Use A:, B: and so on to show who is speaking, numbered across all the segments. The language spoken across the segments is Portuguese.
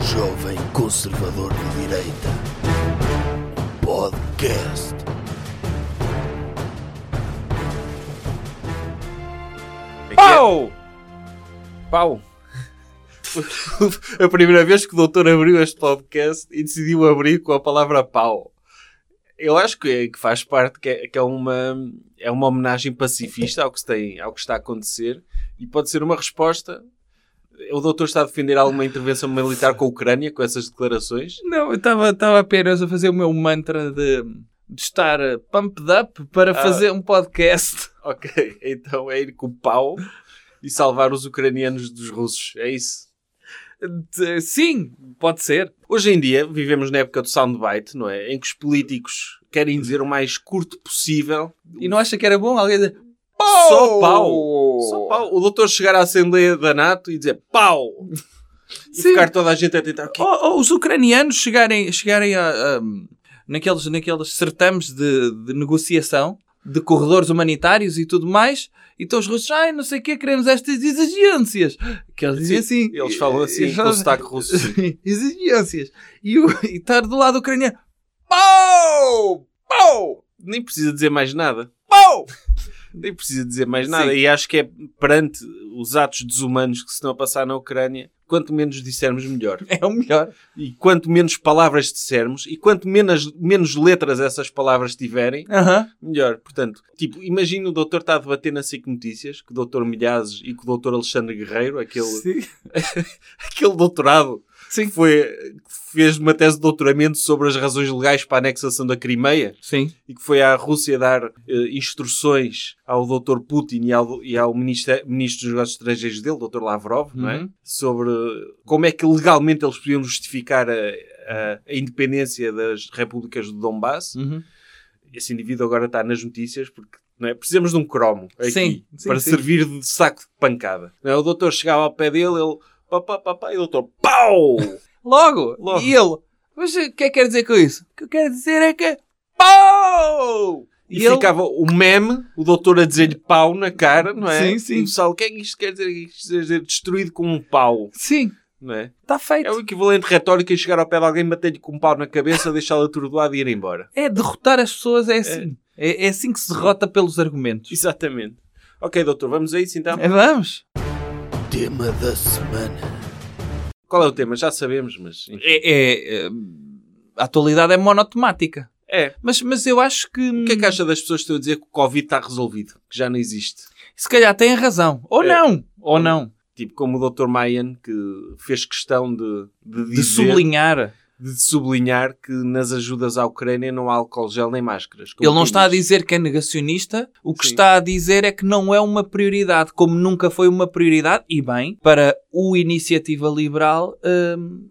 A: jovem conservador de direita. Podcast.
B: Pau! Pau.
C: A primeira vez que o doutor abriu este podcast e decidiu abrir com a palavra pau. Eu acho que, é- que faz parte, que, é, que é uma, é uma homenagem pacifista ao que, se tem, ao que está a acontecer e pode ser uma resposta. O doutor está a defender alguma intervenção militar com a Ucrânia com essas declarações?
B: Não, eu estava apenas a fazer o meu mantra de, de estar eh, pumped up para
C: Ah.
B: fazer um podcast.
C: Ok, então é ir com o pau e salvar os ucranianos dos russos, é isso?
B: De- sim, pode ser.
C: Hoje em dia vivemos na época do soundbite, não é? Em que os políticos querem dizer o mais curto possível
B: E não acha que era bom alguém dizer pau?
C: Só pau. Só pau. O doutor chegar à Assembleia da NATO e dizer pau. E
B: Sim.
C: ficar toda a gente a tentar. "Que-
B: Ou, ou "Oh, os ucranianos chegarem, chegarem a, a- naqueles, naqueles certames de, de negociação de corredores humanitários e tudo mais. Então os russos, ai, não sei o que, queremos estas exigências. Que eles dizem assim.
C: Eles falam assim
B: Eles
C: com
B: falam-
C: o
B: assim,
C: sotaque russo. sim.
B: exigências. E, o, e estar do lado ucraniano. Pau! Pau!
C: Nem precisa dizer mais nada.
B: Pau!
C: Nem precisa dizer mais nada.
B: Sim.
C: E acho que é perante os atos desumanos que se estão a passar na Ucrânia, quanto menos dissermos, melhor.
B: É o melhor.
C: E quanto menos palavras dissermos, e quanto menos, menos letras essas palavras tiverem,
B: Aham.
C: melhor. Portanto, tipo, imagina o doutor está a debater na SIC Notícias, que o doutor Milhazes e que o doutor Alexandre Guerreiro, aquele,
B: Sim.
C: aquele doutorado
B: Sim.
C: que foi, que fez uma tese de doutoramento sobre as razões legais para a anexação da Crimeia
B: Sim.
C: e que foi à Rússia dar eh, instruções ao Dr. Putin e ao, e ao ministra- ministro dos negócios estrangeiros dele, Dr. Lavrov, não é?
B: Uhum.
C: sobre como é que legalmente eles podiam justificar a, a- a independência das repúblicas do Donbass.
B: Uhum.
C: Esse indivíduo agora está nas notícias porque não é? precisamos de um cromo aqui
B: Sim, sim,
C: para
B: sim.
C: servir de saco de pancada. Não é? O doutor chegava ao pé dele, ele pá, pá, pá, pá, e o doutor pau!
B: Logo.
C: Logo.
B: E ele. Mas o que é que quer dizer com isso? O que eu quero dizer é que. Pau!
C: E, ficava o meme, o doutor a dizer-lhe pau na cara, não é?
B: Sim, sim.
C: E o pessoal, o que é que isto quer dizer? Isto quer dizer destruído com um pau,
B: Sim.
C: não é?
B: Está feito.
C: É o equivalente retórico a chegar ao pé de alguém, bater-lhe com um pau na cabeça, deixá-lo atordoado e ir embora.
B: É, derrotar as pessoas é assim. É, é assim que se derrota pelos argumentos.
C: Exatamente. Ok, doutor, vamos a isso então.
B: É, vamos.
A: Tema da semana.
C: Qual é o tema? Já sabemos, mas... enfim.
B: É, é, é, a atualidade é monotemática.
C: É.
B: Mas, mas eu acho que.
C: O que é que acha das pessoas que estão a dizer que o Covid está resolvido? Que já não existe?
B: Se calhar têm razão. Ou
C: É.
B: não. Ou não.
C: Tipo como o doutor Mayan, que fez questão de... De,
B: De
C: dizer-
B: sublinhar.
C: de sublinhar que nas ajudas à Ucrânia não há álcool gel nem máscaras. Como
B: Ele não
C: quem
B: está a
C: diz.
B: dizer que é negacionista. O que
C: Sim.
B: está a dizer é que não é uma prioridade. Como nunca foi uma prioridade. E bem, para o Iniciativa Liberal. hum,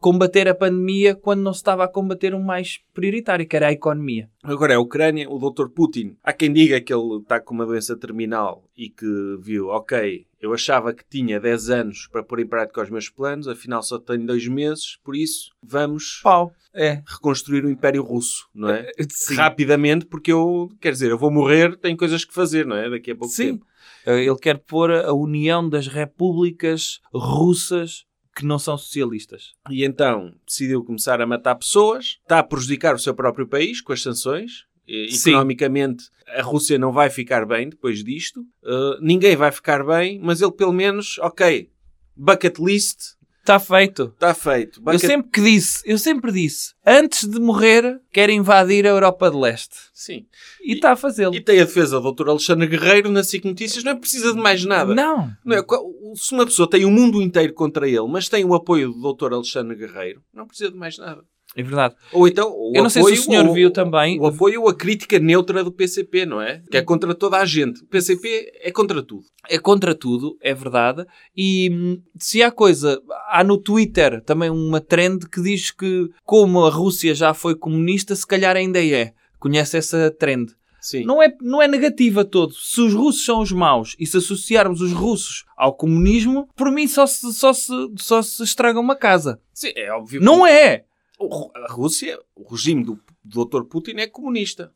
B: combater a pandemia quando não se estava a combater um mais prioritário, que era a economia.
C: Agora é a Ucrânia, o Dr. Putin. Há quem diga que ele está com uma doença terminal e que viu, ok, eu achava que tinha 10 anos para pôr em prática os meus planos, afinal só tenho 2 meses, por isso vamos
B: Pau. É.
C: reconstruir o Império Russo, não é?
B: Sim.
C: Rapidamente, porque eu, quer dizer, eu vou morrer, tenho coisas que fazer, não é? Daqui a pouco
B: Sim.
C: tempo.
B: Eh, Ele quer pôr a união das repúblicas russas que não são socialistas.
C: E então decidiu começar a matar pessoas, está a prejudicar o seu próprio país com as sanções. E,
B: Sim.
C: Economicamente, a Rússia não vai ficar bem depois disto. Uh, ninguém vai ficar bem, mas ele pelo menos, ok, bucket list
B: Está feito.
C: está feito.
B: Eu
C: Bucket...
B: sempre que disse, eu sempre disse, antes de morrer, quero invadir a Europa de Leste.
C: Sim.
B: E está a fazê-lo.
C: E tem a defesa do Dr. Alexandre Guerreiro na SIC Notícias, não é precisa de mais nada.
B: Não.
C: Não é? Qual- Se uma pessoa tem o mundo inteiro contra ele, mas tem o apoio do Dr. Alexandre Guerreiro, não precisa de mais nada.
B: É verdade.
C: Ou então, o
B: Eu não sei se o
C: apoio
B: senhor
C: ou-
B: viu também.
C: O apoio ou a crítica neutra do PCP, não é? Que é contra toda a gente. O PCP é contra tudo.
B: É contra tudo, é verdade. E hum, se há coisa, há no Twitter também uma trend que diz que como a Rússia já foi comunista, se calhar ainda é. Conhece essa trend?
C: Sim.
B: Não é, não é negativa todo. Se os russos são os maus e se associarmos os russos ao comunismo, por mim só se, só se, só se estraga uma casa.
C: Sim, é óbvio.
B: Não é!
C: que o Ru- A Rússia, o regime do, do Dr. Putin é comunista.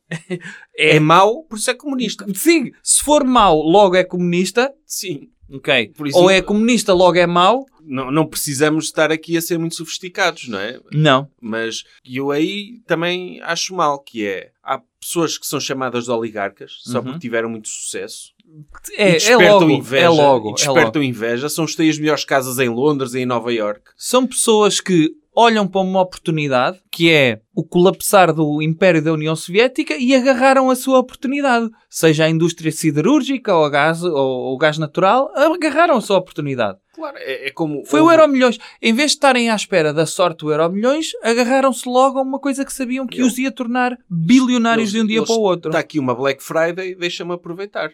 C: É, mau por ser comunista.
B: Sim, se for mau, logo é comunista.
C: Sim.
B: Ok.
C: Por
B: Ou
C: exemplo-
B: é comunista, logo é mau.
C: não, não precisamos estar aqui a ser muito sofisticados, não é?
B: Não.
C: Mas eu aí também acho mal que é. Há pessoas que são chamadas de oligarcas só
B: Uhum.
C: porque tiveram muito sucesso.
B: É,
C: e
B: é
C: despertam
B: logo,
C: inveja.
B: é logo.
C: e
B: é logo.
C: despertam inveja. São os têm as melhores casas em Londres e em Nova York.
B: São pessoas que olham para uma oportunidade, que é o colapsar do Império da União Soviética, e agarraram a sua oportunidade. Seja a indústria siderúrgica ou, a gás, ou o gás natural, agarraram a sua oportunidade.
C: Claro, é, é como.
B: Foi o
C: houve-
B: Euro Milhões. Em vez de estarem à espera da sorte do Euro Milhões, agarraram-se logo a uma coisa que sabiam que
C: Eu-
B: os ia tornar bilionários
C: eles-
B: de um dia
C: eles-
B: para o outro.
C: Está tá aqui uma Black Friday, deixa-me aproveitar.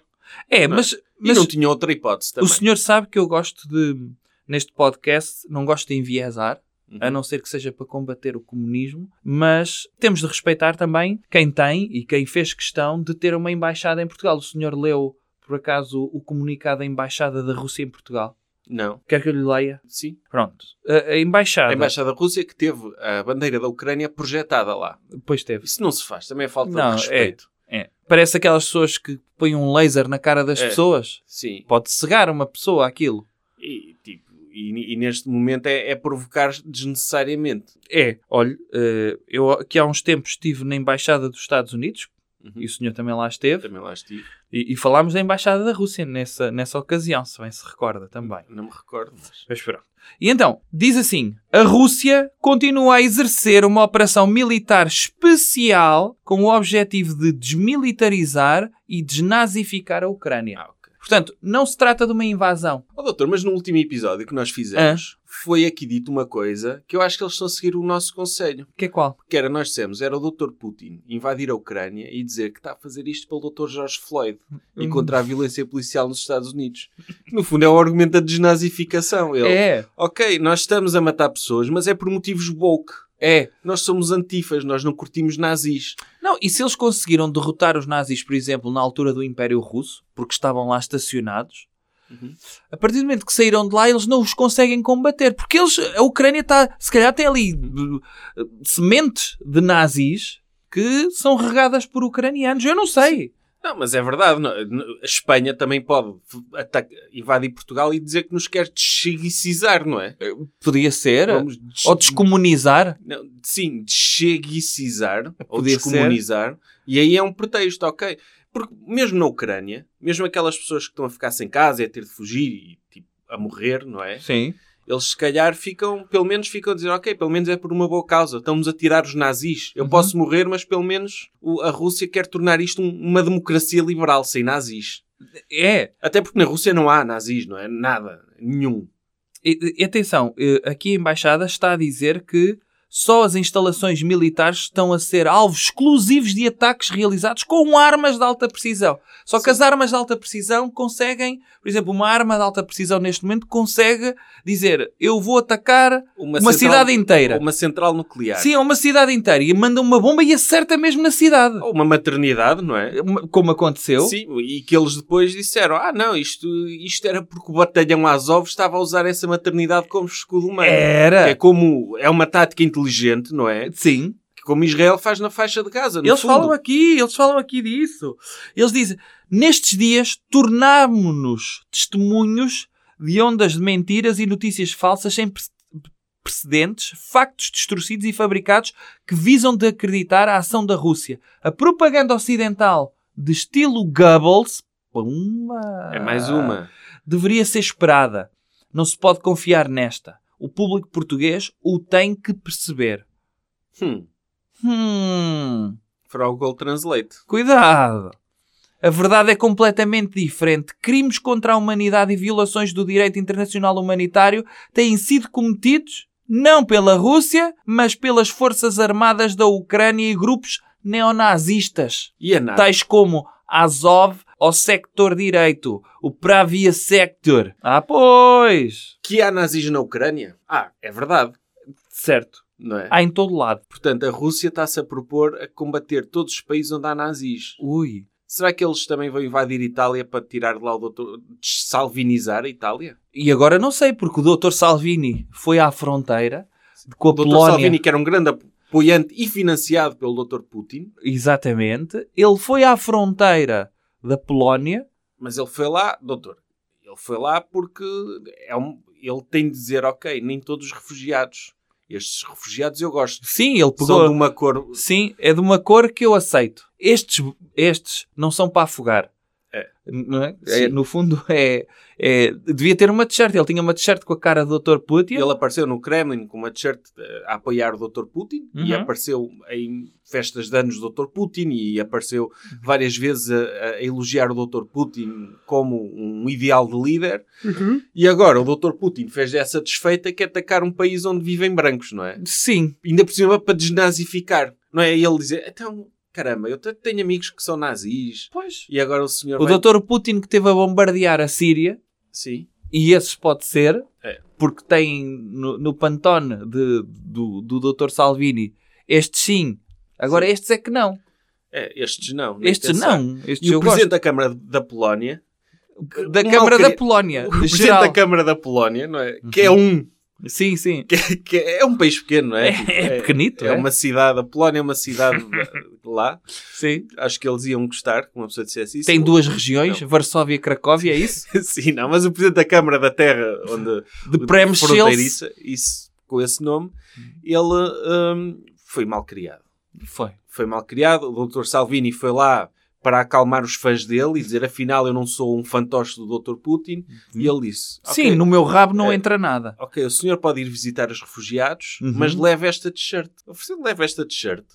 B: é,
C: não é?
B: mas,
C: e
B: mas
C: não tinha outra hipótese
B: o
C: também.
B: senhor sabe que eu gosto de, neste podcast, não gosto de enviesar,
C: Uhum.
B: a não ser que seja para combater o comunismo, mas temos de respeitar também quem tem e quem fez questão de ter uma embaixada em Portugal. O senhor leu, por acaso, o comunicado da embaixada da Rússia em Portugal?
C: Não,
B: Quer que eu lhe leia?
C: sim.
B: Pronto. A, a
C: A
B: embaixada.
C: Embaixada Rússia que teve a bandeira da Ucrânia projetada lá.
B: Pois teve.
C: Isso não se faz, também é falta
B: Não, é.
C: de respeito.
B: É. Parece aquelas pessoas que põem um laser na cara das
C: É.
B: pessoas.
C: Sim.
B: Pode cegar uma pessoa aquilo.
C: E, tipo, e, e neste momento é, é provocar desnecessariamente.
B: É, olha, eh, eu que há uns tempos estive na Embaixada dos Estados Unidos,
C: Uhum.
B: e o senhor também lá esteve,
C: Também lá estive.
B: e, e falámos da Embaixada da Rússia nessa, nessa ocasião, se bem se recorda também.
C: Não me recordo, mas...
B: Mas pronto. E então, diz assim: a Rússia continua a exercer uma operação militar especial com o objetivo de desmilitarizar e desnazificar a Ucrânia.
C: Ah, ok.
B: Portanto, não se trata de uma invasão.
C: Ó, doutor, mas no último episódio que nós fizemos,
B: Ah.
C: foi aqui dito uma coisa que eu acho que eles estão a seguir o nosso conselho.
B: Que é qual?
C: Que era, nós dissemos, era o doutor Putin invadir a Ucrânia e dizer que está a fazer isto pelo doutor George Floyd e
B: Hum.
C: contra a violência policial nos Estados Unidos. No fundo é o argumento da desnazificação. Ele,
B: É,
C: ok, nós estamos a matar pessoas, mas é por motivos woke.
B: é.
C: Nós somos antifas, nós não curtimos nazis.
B: Não, e se eles conseguiram derrotar os nazis, por exemplo, na altura do Império Russo, porque estavam lá estacionados,
C: Uhum.
B: a partir do momento que saíram de lá, eles não os conseguem combater. Porque eles, a Ucrânia está, se calhar, tem ali uh, uh, sementes de nazis que são regadas por ucranianos. Eu não sei.
C: Não, mas é verdade. não- n- A Espanha também pode f- ataca- invadir Portugal e dizer que nos quer descheguicizar, não é?
B: Podia ser.
C: Vamos des-
B: Ou descomunizar.
C: não, sim, descheguicizar ou
B: Podia
C: descomunizar. E aí é um pretexto, ok? Porque mesmo na Ucrânia, mesmo aquelas pessoas que estão a ficar sem casa e a ter de fugir e tipo, a morrer, não é?
B: Sim.
C: Eles se calhar ficam, pelo menos ficam a dizer, ok, pelo menos é por uma boa causa. Estamos a tirar os nazis. Eu
B: Uhum.
C: posso morrer, mas pelo menos o- a Rússia quer tornar isto um- uma democracia liberal, sem nazis.
B: É.
C: Até porque na Rússia não há nazis, não é? Nada. Nenhum.
B: E, e atenção, eh, aqui a embaixada está a dizer que só as instalações militares estão a ser alvos exclusivos de ataques realizados com armas de alta precisão. Só que
C: Sim.
B: as armas de alta precisão conseguem, por exemplo, uma arma de alta precisão neste momento consegue dizer eu vou atacar uma, cidade inteira.
C: Uma central nuclear.
B: Sim, é uma cidade inteira. E manda uma bomba e acerta mesmo na cidade.
C: Ou uma maternidade, não é?
B: Uma- Como aconteceu.
C: Sim, e que eles depois disseram, ah não, isto, isto era porque o batalhão Azov estava a usar essa maternidade como escudo humano. Que é
B: Era.
C: como, é uma tática inteligente, não é?
B: Sim.
C: Que como Israel faz na faixa de Gaza, no
B: Eles
C: fundo.
B: falam aqui, eles falam aqui disso. Eles dizem: nestes dias tornámo-nos testemunhos de ondas de mentiras e notícias falsas sem pre- precedentes, factos distorcidos e fabricados que visam desacreditar a ação da Rússia. A propaganda ocidental de estilo Goebbels, uma,
C: É mais uma.
B: deveria ser esperada. Não se pode confiar nesta. O público português o tem que perceber.
C: Hum.
B: Hum.
C: Google Translate.
B: Cuidado! A verdade é completamente diferente. Crimes contra a humanidade e violações do direito internacional humanitário têm sido cometidos não pela Rússia, mas pelas forças armadas da Ucrânia e grupos neonazistas,
C: E a NATO?
B: tais como Azov ou Sector Direito, o Pravia Sector. Ah, pois!
C: Que há nazis na Ucrânia? Ah, é verdade.
B: Certo.
C: Não é?
B: Há em todo lado.
C: Portanto, a Rússia está-se a propor a combater todos os países onde há nazis.
B: Ui.
C: Será que eles também vão invadir Itália para tirar de lá o doutor... salvinizar a Itália?
B: E agora não sei, porque o Dr. Salvini foi à fronteira com a
C: O doutor
B: Polónia.
C: Salvini, que era um grande apoiante e financiado pelo doutor Putin,
B: Exatamente. Ele foi à fronteira da Polónia.
C: mas ele foi lá, doutor, ele foi lá porque é um... ele tem de dizer, ok, nem todos os refugiados. Estes refugiados eu gosto.
B: Sim, ele
C: São de um-
B: pegou.
C: uma cor.
B: Sim, é de uma cor que eu aceito. Estes, estes não são para afogar.
C: É.
B: Não é?
C: Sim.
B: É, no fundo, é, é- Devia ter uma t-shirt. Ele tinha uma t-shirt com a cara do Dr. Putin.
C: Ele apareceu no Kremlin com uma t-shirt eh, a apoiar o Dr. Putin e
B: Uhum.
C: apareceu em festas de anos do Dr. Putin e apareceu várias vezes a, a elogiar o Dr. Putin como um ideal de líder. E agora o Dr. Putin fez essa desfeita que é atacar um país onde vivem brancos, não é?
B: Sim,
C: Ainda por cima para desnazificar, não é? E ele dizer, então, caramba, eu te- tenho amigos que são nazis
B: pois.
C: e agora o senhor
B: O
C: vai...
B: Dr. Putin que teve a bombardear a Síria,
C: Sim.
B: e esses pode ser,
C: É.
B: porque tem no, no pantone de- do, do Dr. Salvini, estes sim. Agora
C: Sim.
B: estes é que não.
C: É, estes não. nem
B: Estes
C: pensar.
B: não. Estes
C: E
B: eu
C: o Presidente da Câmara da Polónia...
B: gosto. Da
C: mal
B: Câmara da
C: queria-
B: Polónia.
C: O Presidente
B: geral.
C: da Câmara da Polónia, não é? Que é um...
B: Sim, sim.
C: que é um país pequeno, não é? Tipo,
B: É pequenito,
C: É,
B: é?
C: uma cidade, a Polónia é uma cidade de lá.
B: sim.
C: Acho que eles iam gostar que uma pessoa dissesse isso.
B: Tem duas regiões, Varsóvia e Cracóvia, é isso?
C: Sim, não, mas o Presidente da Câmara da Terra, onde...
B: De Premschels.
C: fronteiriça, isso, com esse nome, ele hum, foi mal criado.
B: Foi.
C: Foi mal criado. O Dr. Salvini foi lá para acalmar os fãs dele e dizer afinal eu não sou um fantoche do Dr. Putin. E ele disse: "Ok,
B: Sim, no meu rabo não
C: É.
B: entra nada.
C: Ok, o senhor pode ir visitar os refugiados,
B: Uhum.
C: mas leve esta t-shirt. Ofereceu leve esta t-shirt.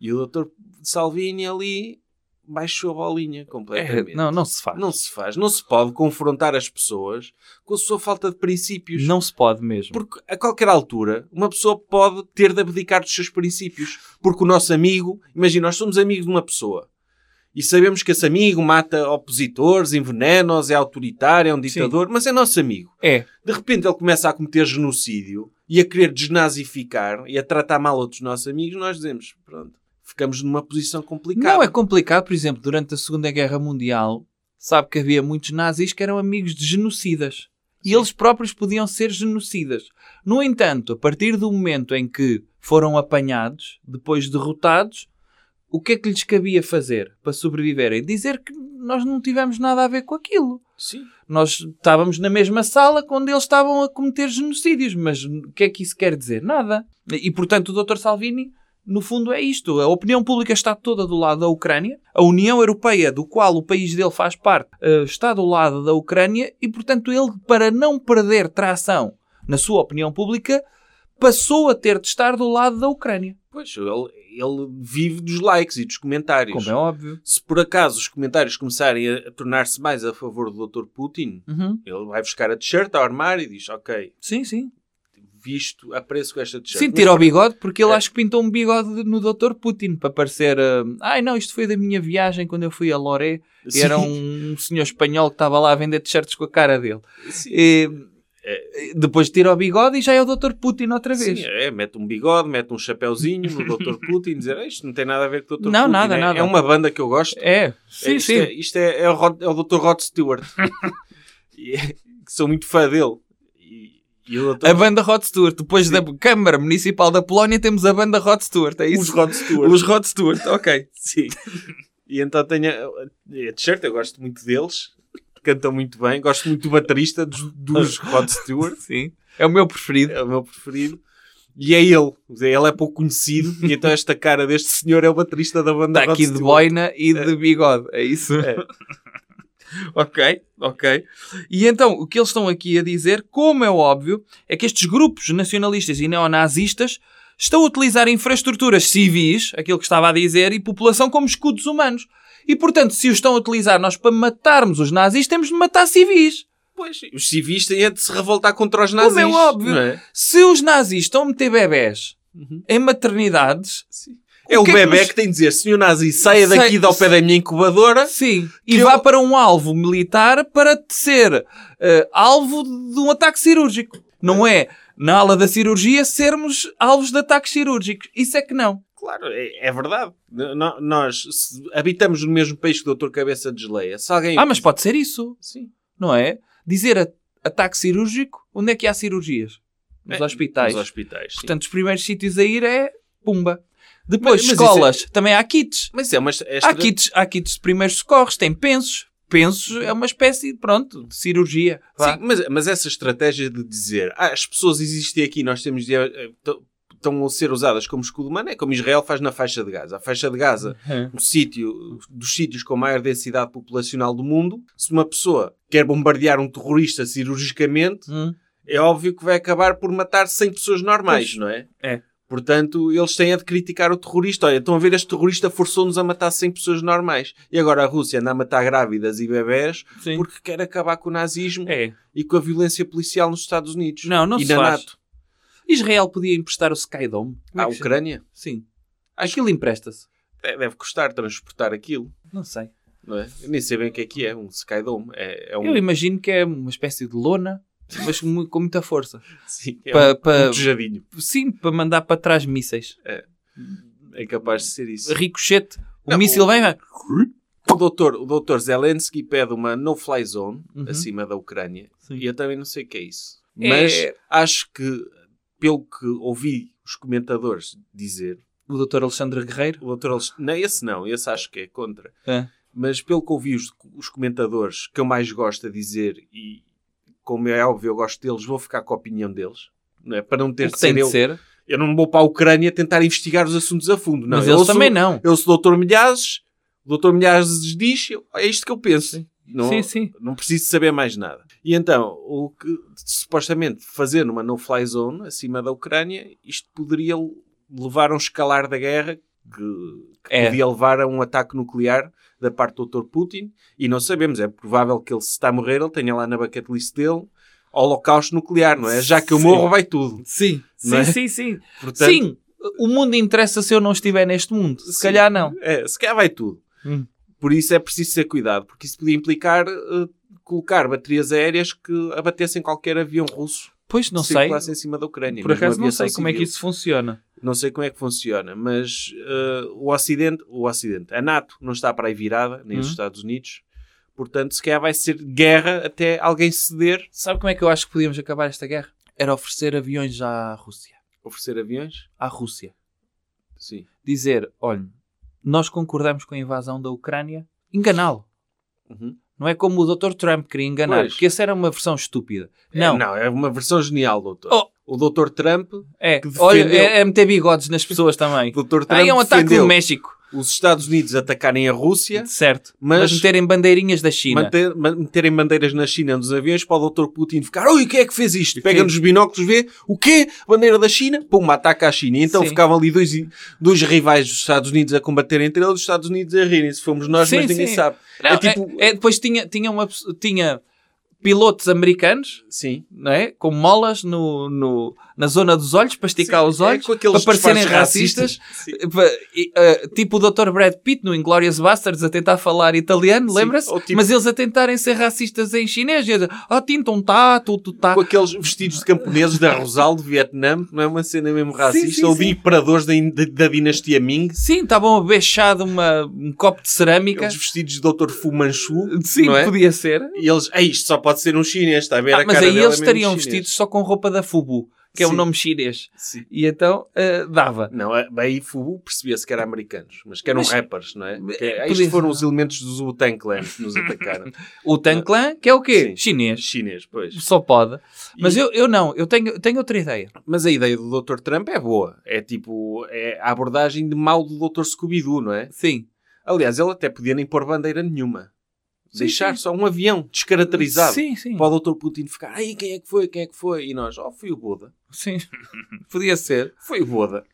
C: E o Dr. Salvini ali baixou a bolinha completamente.
B: É, não, não se faz.
C: Não se faz. Não se pode confrontar as pessoas com a sua falta de princípios.
B: Não se pode mesmo.
C: Porque a qualquer altura uma pessoa pode ter de abdicar dos seus princípios. Porque o nosso amigo, imagina, nós somos amigos de uma pessoa e sabemos que esse amigo mata opositores, envenena-os, é autoritário, é um ditador, mas é nosso amigo.
B: É.
C: De repente ele começa a cometer genocídio e a querer desnazificar e a tratar mal outros nossos amigos, nós dizemos, pronto, ficamos numa posição complicada.
B: Não é complicado, por exemplo, durante a Segunda Guerra Mundial, sabe que havia muitos nazis que eram amigos de genocidas. E eles próprios podiam ser genocidas. No entanto, a partir do momento em que foram apanhados, depois derrotados, o que é que lhes cabia fazer para sobreviverem? Dizer que nós não tivemos nada a ver com aquilo.
C: Sim.
B: Nós estávamos na mesma sala quando eles estavam a cometer genocídios, mas o que é que isso quer dizer? Nada. E portanto, o Dr. Salvini, no fundo, é isto. A opinião pública está toda do lado da Ucrânia, a União Europeia, do qual o país dele faz parte, eh, está do lado da Ucrânia, e portanto, ele, para não perder tração na sua opinião pública, passou a ter de estar do lado da Ucrânia.
C: Pois, ele, ele vive dos likes e dos comentários.
B: Como é óbvio.
C: Se por acaso os comentários começarem a a tornar-se mais a favor do Dr. Putin,
B: Uhum.
C: ele vai buscar a t-shirt ao armário e diz: Ok,
B: Sim, sim.
C: visto, apreço com esta t-shirt.
B: Sim,
C: Mas
B: tira o bigode, porque ele
C: É.
B: acho que pintou um bigode no Dr. Putin para parecer. hum, Ai não, isto foi da minha viagem quando eu fui a Loré e
C: Sim.
B: era um senhor espanhol que estava lá a vender t-shirts com a cara dele.
C: Sim,
B: E, e depois tira o bigode e já é o Dr. Putin outra vez.
C: É. sim, é, mete um bigode, mete um chapéuzinho no Dr. Putin, dizer: "Ah, Isto não tem nada a ver com o Dr.
B: Não,
C: Putin.
B: nada,
C: é,
B: nada.
C: É uma banda que eu gosto.
B: É, sim,
C: isto
B: sim.
C: É, isto é, é o, Rod- é o Dr. Rod Stewart. E é- que sou muito fã dele. E, e o Dr.
B: A banda Rod Stewart. Depois da Câmara Municipal da Polónia temos a banda Rod Stewart, é
C: Os
B: isso?
C: Rod Stewart.
B: Os Rod Stewart, ok.
C: Sim. E então tenho a, a t-shirt, eu gosto muito deles. Cantam muito bem. Gosto muito do baterista dos, dos Rod Stewart.
B: Sim. É o meu preferido.
C: É o meu preferido. E é ele. Quer dizer, Ele é pouco conhecido. E então esta cara deste senhor é o baterista da banda
B: Está
C: Rod
B: Tá aqui de
C: Stewart.
B: boina e de bigode, é isso?
C: É.
B: Ok, ok. E então, o que eles estão aqui a dizer, como é óbvio, é que estes grupos nacionalistas e neonazistas estão a utilizar infraestruturas civis, aquilo que estava a dizer, e população como escudos humanos. E, portanto, se os estão a utilizar nós para matarmos os nazis, temos de matar civis.
C: Pois, os civis têm de se revoltar contra os nazis.
B: Como é óbvio.
C: não é?
B: Se os nazis estão a meter bebés
C: Uhum.
B: em maternidades...
C: Sim. É o,
B: que é que
C: bebê que,
B: nos-
C: tem de dizer, senhor nazi, saia
B: Sai-
C: daqui de ao pé da minha incubadora.
B: Sim, e
C: Que
B: vá
C: eu-
B: para um alvo militar para ser eh, alvo de um ataque cirúrgico. Não é, na ala da cirurgia, sermos alvos de ataques cirúrgicos. Isso é que não.
C: Claro, é, é verdade. N- no- Nós se habitamos no mesmo país que o Dr. Cabeça desleia. Se alguém...
B: Ah, mas pode ser isso,
C: Sim.
B: não é? Dizer a- ataque cirúrgico, onde é que há cirurgias? Nos
C: É,
B: hospitais.
C: Nos hospitais, sim.
B: Portanto, os primeiros sítios a ir é Pumba. Depois,
C: Mas- é- mas
B: escolas, também há kits.
C: Mas é, mas
B: Há, kits. há kits de primeiros socorros, tem pensos, penso, é uma espécie, pronto, de cirurgia. vá.
C: Sim, mas, mas essa estratégia de dizer ah, as pessoas existem aqui, nós temos de. eh, tão- Estão a ser usadas como escudo humano, é como Israel faz na faixa de Gaza. A faixa de Gaza,
B: É.
C: um sítio dos sítios com a maior densidade populacional do mundo. Se uma pessoa quer bombardear um terrorista cirurgicamente,
B: Hum.
C: é óbvio que vai acabar por matar 100 pessoas normais, não é?
B: é.
C: Portanto, eles têm a de criticar o terrorista. Olha, estão a ver, este terrorista forçou-nos a matar 100 pessoas normais. E agora a Rússia anda a matar grávidas e bebés
B: Sim.
C: porque quer acabar com o nazismo
B: É.
C: e com a violência policial nos Estados Unidos.
B: Não, não
C: e
B: se
C: na
B: faz.
C: NATO.
B: Israel podia emprestar o Skydome Como é
C: À
B: que se-
C: Ah, Ucrânia.
B: Sim. Aquilo empresta-se.
C: É, Deve custar transportar aquilo.
B: Não sei.
C: Não é? Eu nem sei bem o que é que é. Um Skydome. É, é um,
B: Eu imagino que é uma espécie de lona, mas com, mu- com muita força.
C: sim, é
B: Pa-
C: um
B: pa-
C: tejadinho.
B: sim, para mandar para trás mísseis.
C: É capaz de ser isso.
B: Ricochete. O
C: Não,
B: míssil vem e vai.
C: O doutor, o doutor Zelensky pede uma no-fly zone
B: Uhum.
C: acima da Ucrânia.
B: Sim.
C: E eu também não sei o que é isso.
B: É-
C: Mas acho que, pelo que ouvi os comentadores dizer,
B: O doutor Alexandre Guerreiro.
C: o doutor Alex- Não, esse não, esse acho que é contra.
B: É.
C: Mas pelo que ouvi os, os comentadores que eu mais gosto a dizer, e como é óbvio eu gosto deles, vou ficar com a opinião deles. Não é? Para não ter
B: O
C: de
B: que
C: ser
B: tem
C: eu.
B: de ser.
C: Eu não vou para a Ucrânia tentar investigar os assuntos a fundo. Não,
B: mas
C: eu
B: eles
C: ouço-
B: também não.
C: eu sou o Dr. Milhazes, o Dr. Milhazes diz, eu- é isto que eu penso. Não,
B: Sim, sim.
C: não preciso saber mais nada. E então, o que supostamente fazer numa no-fly zone acima da Ucrânia, isto poderia levar a um escalar da guerra que, que
B: É.
C: podia levar a um ataque nuclear da parte do Dr. Putin. E não sabemos, é provável que ele, se está a morrer, ele tenha lá na bucket list dele holocausto nuclear, não é? Já que eu
B: Sim.
C: morro, vai tudo.
B: Sim,
C: Não é?
B: sim, sim, sim.
C: Portanto,
B: Sim, o mundo interessa se eu não estiver neste mundo. Se
C: Sim.
B: calhar não.
C: É, se calhar vai tudo.
B: Hum.
C: Por isso é preciso ter cuidado, porque isso podia implicar eh, colocar baterias aéreas que abatessem qualquer avião russo
B: Pois não
C: que
B: sei.
C: circulasse em cima da Ucrânia.
B: Por
C: mesmo
B: acaso não
C: aviação
B: sei como é que
C: civil.
B: isso funciona.
C: Não sei como é que funciona, mas eh, o Ocidente, o Ocidente, a NATO não está para aí virada, nem os
B: Hum.
C: Estados Unidos. Portanto, se calhar vai ser guerra até alguém ceder,
B: Sabe como é que eu acho que podíamos acabar esta guerra? Era oferecer aviões à Rússia.
C: oferecer aviões.
B: À Rússia.
C: Sim.
B: Dizer, olha, nós concordamos com a invasão da Ucrânia. Enganá-lo.
C: Uhum.
B: Não é como o Dr. Trump queria enganar,
C: Pois.
B: porque essa era uma versão estúpida. Não,
C: É, não, é uma versão genial, doutor.
B: Oh.
C: O doutor Trump, o
B: é.
C: que
B: Olha,
C: defendeu-
B: é, é meter bigodes nas pessoas também.
C: doutor Trump
B: Aí é um ataque
C: defendeu
B: do México,
C: os Estados Unidos atacarem a Rússia
B: certo.
C: Mas-
B: Mas, meterem bandeirinhas da China.
C: Manter- ma- meterem bandeiras na China nos aviões para o Dr. Putin ficar, ui, o que é que fez isto? Pega nos binóculos, vê, o quê? Bandeira da China? Pum, ataca a China. E então
B: Sim.
C: ficavam ali dois, dois rivais dos Estados Unidos a combater entre eles, os Estados Unidos a rirem-se. Fomos nós,
B: Sim,
C: mas ninguém
B: sim.
C: sabe.
B: Não,
C: é tipo-
B: é- é, depois tinha, tinha, uma, pessoa- tinha pilotos americanos,
C: Sim.
B: não é? Com molas no, no- na zona dos olhos, para esticar
C: Sim,
B: os
C: é
B: olhos,
C: com aqueles
B: para parecerem
C: disfarces
B: racistas.
C: racistas. Sim.
B: Pa- e, ah, tipo o Dr. Brad Pitt no Inglourious Basterds a tentar falar italiano,
C: Sim,
B: lembra-se?
C: ou tipo-
B: Mas eles a tentarem ser racistas em chinês. E eles, Ah, tintam tá, tu, tu tá.
C: Com aqueles vestidos de camponeses da Rosal, do Vietnã, não é uma cena mesmo racista,
B: sim,
C: ou de
B: sim.
C: imperadores da, da- da dinastia Ming,
B: Sim, estavam a beijar de uma, um copo de cerâmica.
C: aqueles vestidos de Dr. Fu Manchu,
B: Sim,
C: não é?
B: podia ser.
C: E eles, "Ei, isto só pode ser um chinês, está a ver?
B: Ah,
C: a
B: mas
C: cara
B: aí
C: dele é
B: eles
C: mesmo
B: estariam
C: chinês."
B: vestidos só com roupa da Fubu, que é o
C: Sim.
B: nome chinês.
C: Sim.
B: E então ah, dava.
C: Não, é- bem, Fubu percebia-se que eram americanos, mas que eram
B: Mas-
C: rappers, não é? Que, é,
B: Podia-
C: isto foram os elementos dos Wu-Tang Clan que nos atacaram.
B: O Tan Clan, que é o quê?
C: Sim.
B: Chinês.
C: Chinês, pois.
B: Só pode. Mas
C: E-
B: eu, eu não, eu tenho, tenho outra ideia.
C: Mas a ideia do Dr. Trump é boa. É tipo, é a abordagem de mal do Dr. Scooby-Doo, não é?
B: Sim.
C: Aliás, ele até podia nem pôr bandeira nenhuma.
B: Sim,
C: Deixar só um avião descaracterizado.
B: Sim, sim.
C: Para o Dr. Putin ficar, aí quem é que foi, quem é que foi? E nós, oh, foi o Buda.
B: Sim. Podia ser.
C: Foi o Buda.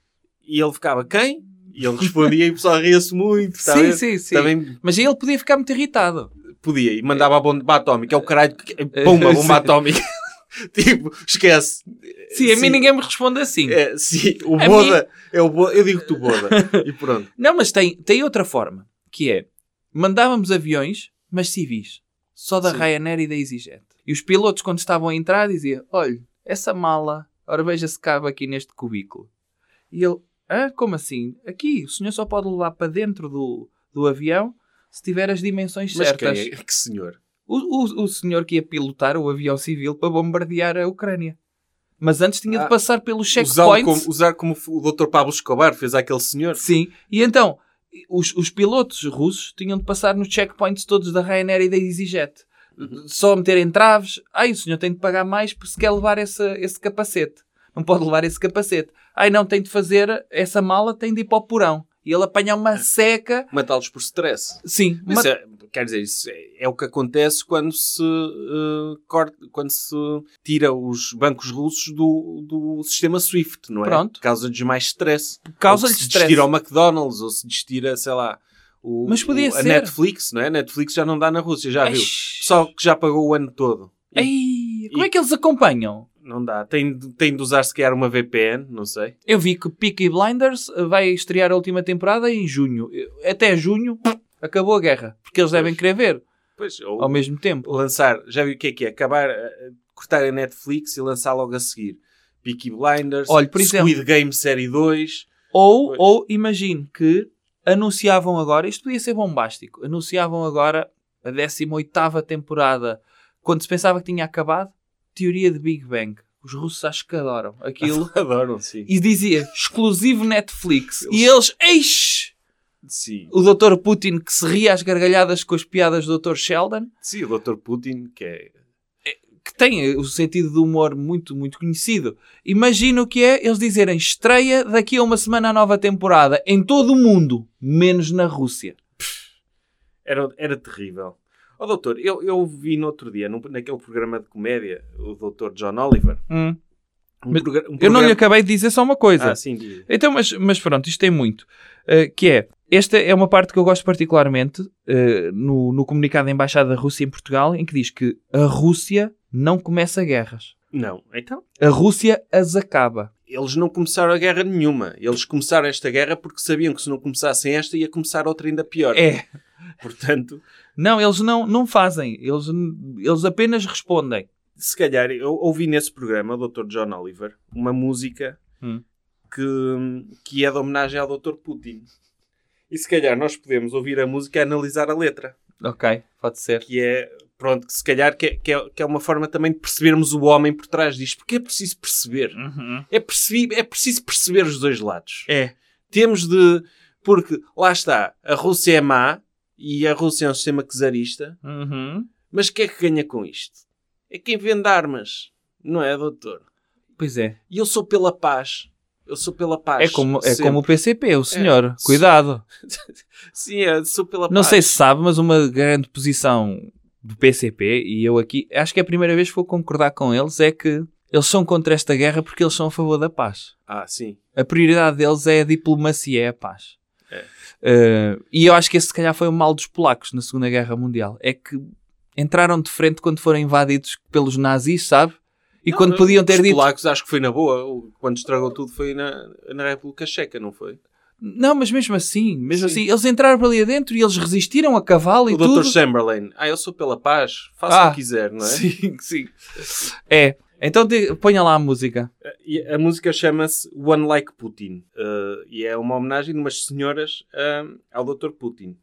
C: E ele ficava, quem? E ele respondia e o pessoal ria-se muito. está a
B: sim,
C: ver?
B: sim, sim.
C: Também
B: Mas aí ele podia ficar muito irritado.
C: Podia, e mandava a bomba atómica. É o caralho que... Pumba, bomba
B: Sim.
C: atómica. tipo, esquece.
B: Sim, a
C: Sim.
B: mim ninguém me responde assim.
C: É, sim, o
B: A
C: Boda... É o Boda... Eu digo-te o Boda. e pronto.
B: Não, mas tem, tem outra forma, que é mandávamos aviões, mas civis, só da
C: Sim.
B: Ryanair e da EasyJet. E os pilotos, quando estavam a entrar, diziam: Olha, essa mala, ora veja-se cabe aqui neste cubículo. E ele: Ah, como assim? Aqui, o senhor só pode levar para dentro do, do avião se tiver as dimensões
C: Mas
B: certas.
C: quem é? Que senhor.
B: O, o, o senhor que ia pilotar o avião civil para bombardear a Ucrânia. Mas antes tinha
C: Ah,
B: de passar pelos
C: Usá-lo
B: checkpoints.
C: como, usar como o Dr. Pablo Escobar fez àquele senhor.
B: Sim. E então, E Os, os pilotos russos tinham de passar nos checkpoints todos da Ryanair e da EasyJet.
C: Uhum.
B: Só meterem traves. Ai, o senhor tem de pagar mais porque se quer levar esse, esse capacete. Não pode levar esse capacete. Ai, não, tem de fazer essa mala, tem de ir para o porão. E ele apanha uma seca.
C: Matá-los por stress.
B: Sim,
C: É. Isso é- quer dizer, isso é, é o que acontece quando se, eh, corta, quando se tira os bancos russos do, do sistema SWIFT, não é?
B: Pronto.
C: Causa-lhes mais stress.
B: causa-lhe
C: Ou é se
B: stress.
C: destira ao McDonald's ou se destira, sei lá, o,
B: Mas podia
C: o- a
B: ser.
C: Netflix, não é? A Netflix já não dá na Rússia, já
B: Ai,
C: viu? Pessoal que já pagou o ano todo.
B: ai, como é que eles acompanham?
C: Não dá. Tem, de- tem de usar, se calhar, uma VPN, não sei.
B: Eu vi que Peaky Blinders eh, vai estrear a última temporada em junho. Eh, Até junho acabou a guerra. Porque eles devem querer ver
C: Pois, ou
B: ao mesmo tempo.
C: lançar, já viu o que é que é? Acabar, eh, cortar a Netflix e lançar logo a seguir. Peaky Blinders,
B: Olha, por
C: Squid Game Série 2.
B: Ou,
C: Pois.
B: ou imagino que anunciavam agora, isto podia ser bombástico, anunciavam agora a 18ª temporada, quando se pensava que tinha acabado, teoria de Big Bang. Os russos acho que adoram aquilo.
C: Adoram, sim.
B: E dizia, exclusivo Netflix. E eles, eis!
C: Sim.
B: O Dr. Putin que se ria às gargalhadas com as piadas do Dr. Sheldon.
C: Sim, o Dr. Putin, que é...
B: que tem o sentido de humor muito, muito conhecido. Imagino que é eles dizerem estreia daqui a uma semana a nova temporada em todo o mundo, menos na Rússia.
C: Era, era terrível. Ó, doutor, eu, eu vi no outro dia, num- naquele programa de comédia, o doutor John Oliver. Um
B: Mas
C: progra- um
B: Eu não lhe
C: programa-
B: acabei de dizer só uma coisa.
C: Ah, sim, diz.
B: Então, mas, mas pronto, isto tem muito. Uh, que é, esta é uma parte que eu gosto particularmente uh, no, no comunicado da Embaixada da Rússia em Portugal, em que diz que a Rússia não começa guerras.
C: Não, então.
B: A Rússia as acaba.
C: Eles não começaram a guerra nenhuma. Eles começaram esta guerra porque sabiam que se não começassem esta ia começar outra ainda pior.
B: É,
C: Portanto,
B: Não, eles não, não fazem. Eles, eles apenas respondem.
C: se calhar, eu ouvi nesse programa, o Dr. John Oliver, uma música
B: Hum.
C: que, que é de homenagem ao Dr. Putin. E se calhar nós podemos ouvir a música e analisar a letra.
B: Ok, pode ser.
C: que é pronto, que se calhar que é, que é, que é uma forma também de percebermos o homem por trás disto, porque é preciso perceber, é, percebi, é preciso perceber os dois lados.
B: É.
C: Temos de, porque lá está, a Rússia é má e a Rússia é um sistema czarista, mas quem é que ganha com isto? É quem vende armas, não é, doutor?
B: Pois é.
C: E eu sou pela paz. Eu sou pela paz.
B: É como, é
C: sempre.
B: como o PCP, o senhor. Cuidado.
C: Sim, eu sou pela
B: Não
C: paz.
B: sei se sabe, mas uma grande posição do PCP, e eu aqui, acho que é a primeira vez que vou concordar com eles, é que eles são contra esta guerra porque eles são a favor da paz.
C: Ah, sim.
B: A prioridade deles é a diplomacia, é a paz.
C: É.
B: Eh, e eu acho que esse, se calhar, foi o mal dos polacos na Segunda Guerra Mundial. É que entraram de frente quando foram invadidos pelos nazis, sabe? E
C: Não,
B: quando
C: não,
B: podiam ter
C: os
B: dito.
C: polacos acho que foi na boa. O- Quando estragou tudo foi na, na República Checa, não foi?
B: Não, mas mesmo assim, mesmo
C: Sim.
B: assim, eles entraram para ali adentro e eles resistiram a cavalo e
C: o
B: tudo.
C: Dr. Chamberlain. Ah, eu sou pela paz. Faça o
B: Ah,
C: que quiser, não é?
B: Sim, sim. É. Então de- ponha lá a música.
C: E a música chama-se One Like Putin. eh, e é uma homenagem de umas senhoras ah, ao Dr. Putin.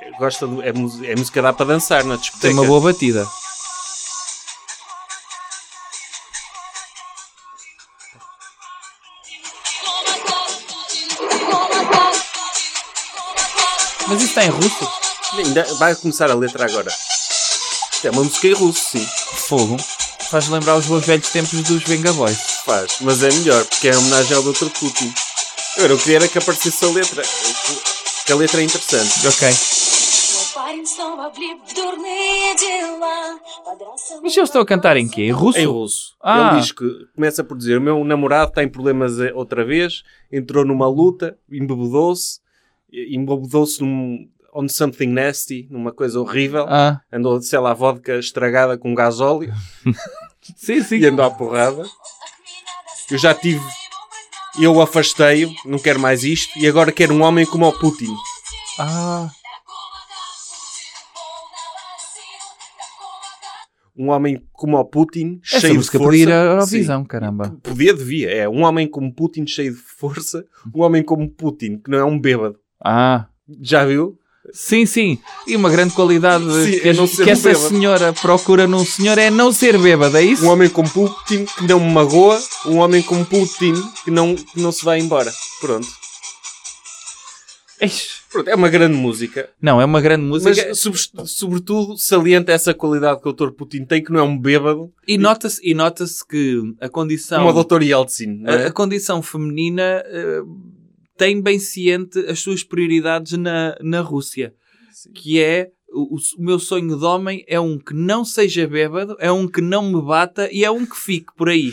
C: Eh, Gosta do, é, mus- é música dá para dançar na discoteca.
B: Tem uma boa batida. Mas isso está em russo?
C: Ainda vai começar a letra agora. Isto É uma música em russo, sim.
B: Fogo. Faz lembrar os bons velhos tempos dos Venga Boys.
C: Faz, mas é melhor, porque é homenagem ao Dr. Putin. Agora, eu queria era que aparecesse a letra. eh, Que a letra é interessante.
B: Ok.
D: Но парень снова влип в дурные дела. Подрался
B: Mas eles estão a cantar em quê? Em russo?
C: Em russo.
B: Ah.
C: Ele diz que começa por dizer: O meu namorado está em problemas eh, outra vez, entrou numa luta, embebedou-se, eh, embebedou-se num, on something nasty, numa coisa horrível.
B: Ah.
C: Andou, sei lá, vodka estragada com gás óleo
B: Sim, sim.
C: e andou à porrada. Eu já tive. Eu afastei-o, não quero mais isto, e agora quero um homem como o Putin.
B: Ah.
C: Um homem como o Putin,
B: Essa
C: cheio de
B: música
C: força.
B: podia ir à
C: Sim.
B: Eurovisão, caramba.
C: Podia, devia. É um homem como Putin cheio de força, um homem como Putin, que não é um bêbado.
B: Ah.
C: Já viu?
B: Sim, sim. E uma grande qualidade
C: Sim,
B: que,
C: é não ser
B: que
C: um
B: essa
C: bêbado.
B: senhora procura num senhor é não ser bêbado, é isso?
C: Um homem como Putin que não me magoa, um homem como Putin que não, que não se vai embora. Pronto.
B: Eish.
C: Pronto, é uma grande música.
B: Não, é uma grande
C: Mas,
B: música.
C: sobres- sobretudo, salienta essa qualidade que o Dr. Putin tem, que não é um bêbado,
B: E nota-se e nota-se que a condição,
C: como o Dr. Yeltsin. não é?
B: a, a condição feminina eh, tem bem ciente as suas prioridades na, na Rússia. Que é o, o s- o meu sonho de homem é um que não seja bêbado, é um que não me bata e é um que fique por aí.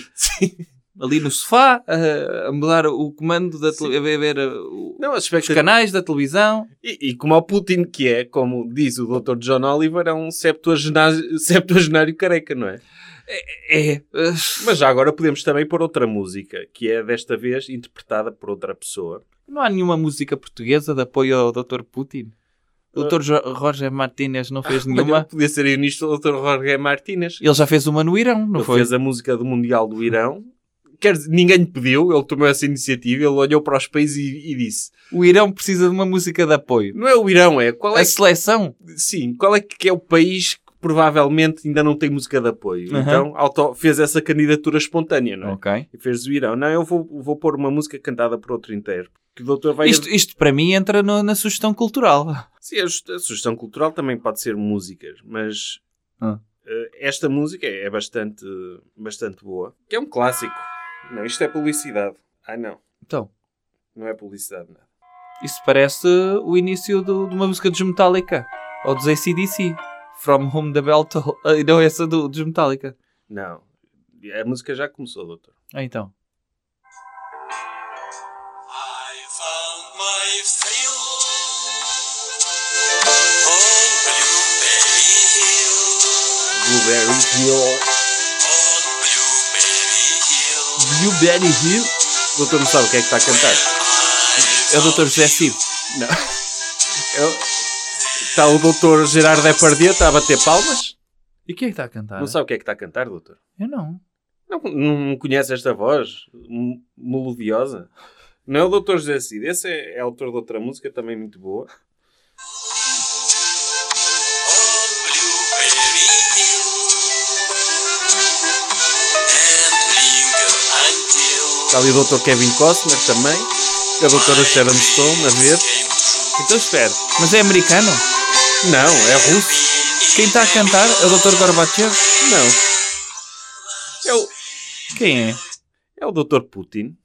B: Ali no sofá, a, a mudar o comando da tele- a ver eh, o-
C: Não, as
B: os
C: expectativas.
B: canais da televisão.
C: E, e como o Putin, que é, como diz o Dr. John Oliver, é um septuagenário, septuagenário careca, não é?
B: É.
C: Mas já agora podemos também pôr outra música, que é desta vez interpretada por outra pessoa.
B: Não há nenhuma música portuguesa de apoio ao Dr. Putin. O Dr. Jo- Roger Martínez não fez
C: Eh, Olha,
B: nenhuma.
C: Podia ser aí nisto o Dr. Jorge Martínez.
B: Ele já fez uma no Irão, não
C: ele
B: foi?
C: fez a música do Mundial do Irão. Quer dizer, ninguém lhe pediu, ele tomou essa iniciativa, ele olhou para os países e, e disse:
B: O Irão precisa de uma música de apoio.
C: Não é o Irão, é qual é,
B: A seleção?
C: que- sim, qual é que é o país que provavelmente ainda não tem música de apoio?
B: Uhum.
C: Então auto- fez essa candidatura espontânea, não é?
B: Ok.
C: E fez o Irão: Não, eu vou, vou pôr uma música cantada por outro intérprete. é Que o doutor vai.
B: Isto, isto para mim entra no- na sugestão cultural.
C: Sim, a, su- a sugestão cultural também pode ser músicas, mas
B: Ah.
C: eh, esta música é bastante, bastante boa. Que é um clássico. Não, isto é publicidade. Ah, não.
B: Então,
C: Não é publicidade, nada.
B: isso parece o início do- de uma música dos Metallica. Ou dos ACDC. From Whom the Bell Toll. Ah, Não, essa do, dos Metallica.
C: Não. A música já começou, doutor.
B: Ah, então.
E: I found my thrill on Blueberry Hill.
C: Blueberry Hill.
E: On Blueberry Hill,
B: Blueberry Hill?
C: O doutor não sabe o que é que está a cantar.
B: É o Dr. José Cid.
C: Não. Eu- Está o doutor Gerardo Depardieu, está a bater palmas.
B: E quem é que está a cantar?
C: Não sabe o que é que está a cantar, doutor.
B: Eu não.
C: Não, não conhece esta voz m- melodiosa. Não é o doutor José Cid. Esse é, é autor de outra música também muito boa.
E: on Blueberry Hill. And linger until
C: Está ali o doutor Kevin Costner também. A doutora Sharon Stone, a ver.
E: came true.
B: Então espera. Mas é americano?
C: Não, é russo.
B: Quem está a cantar é o Dr. Gorbachev?
C: Não. É o,
B: Quem é?
C: é o doutor Putin.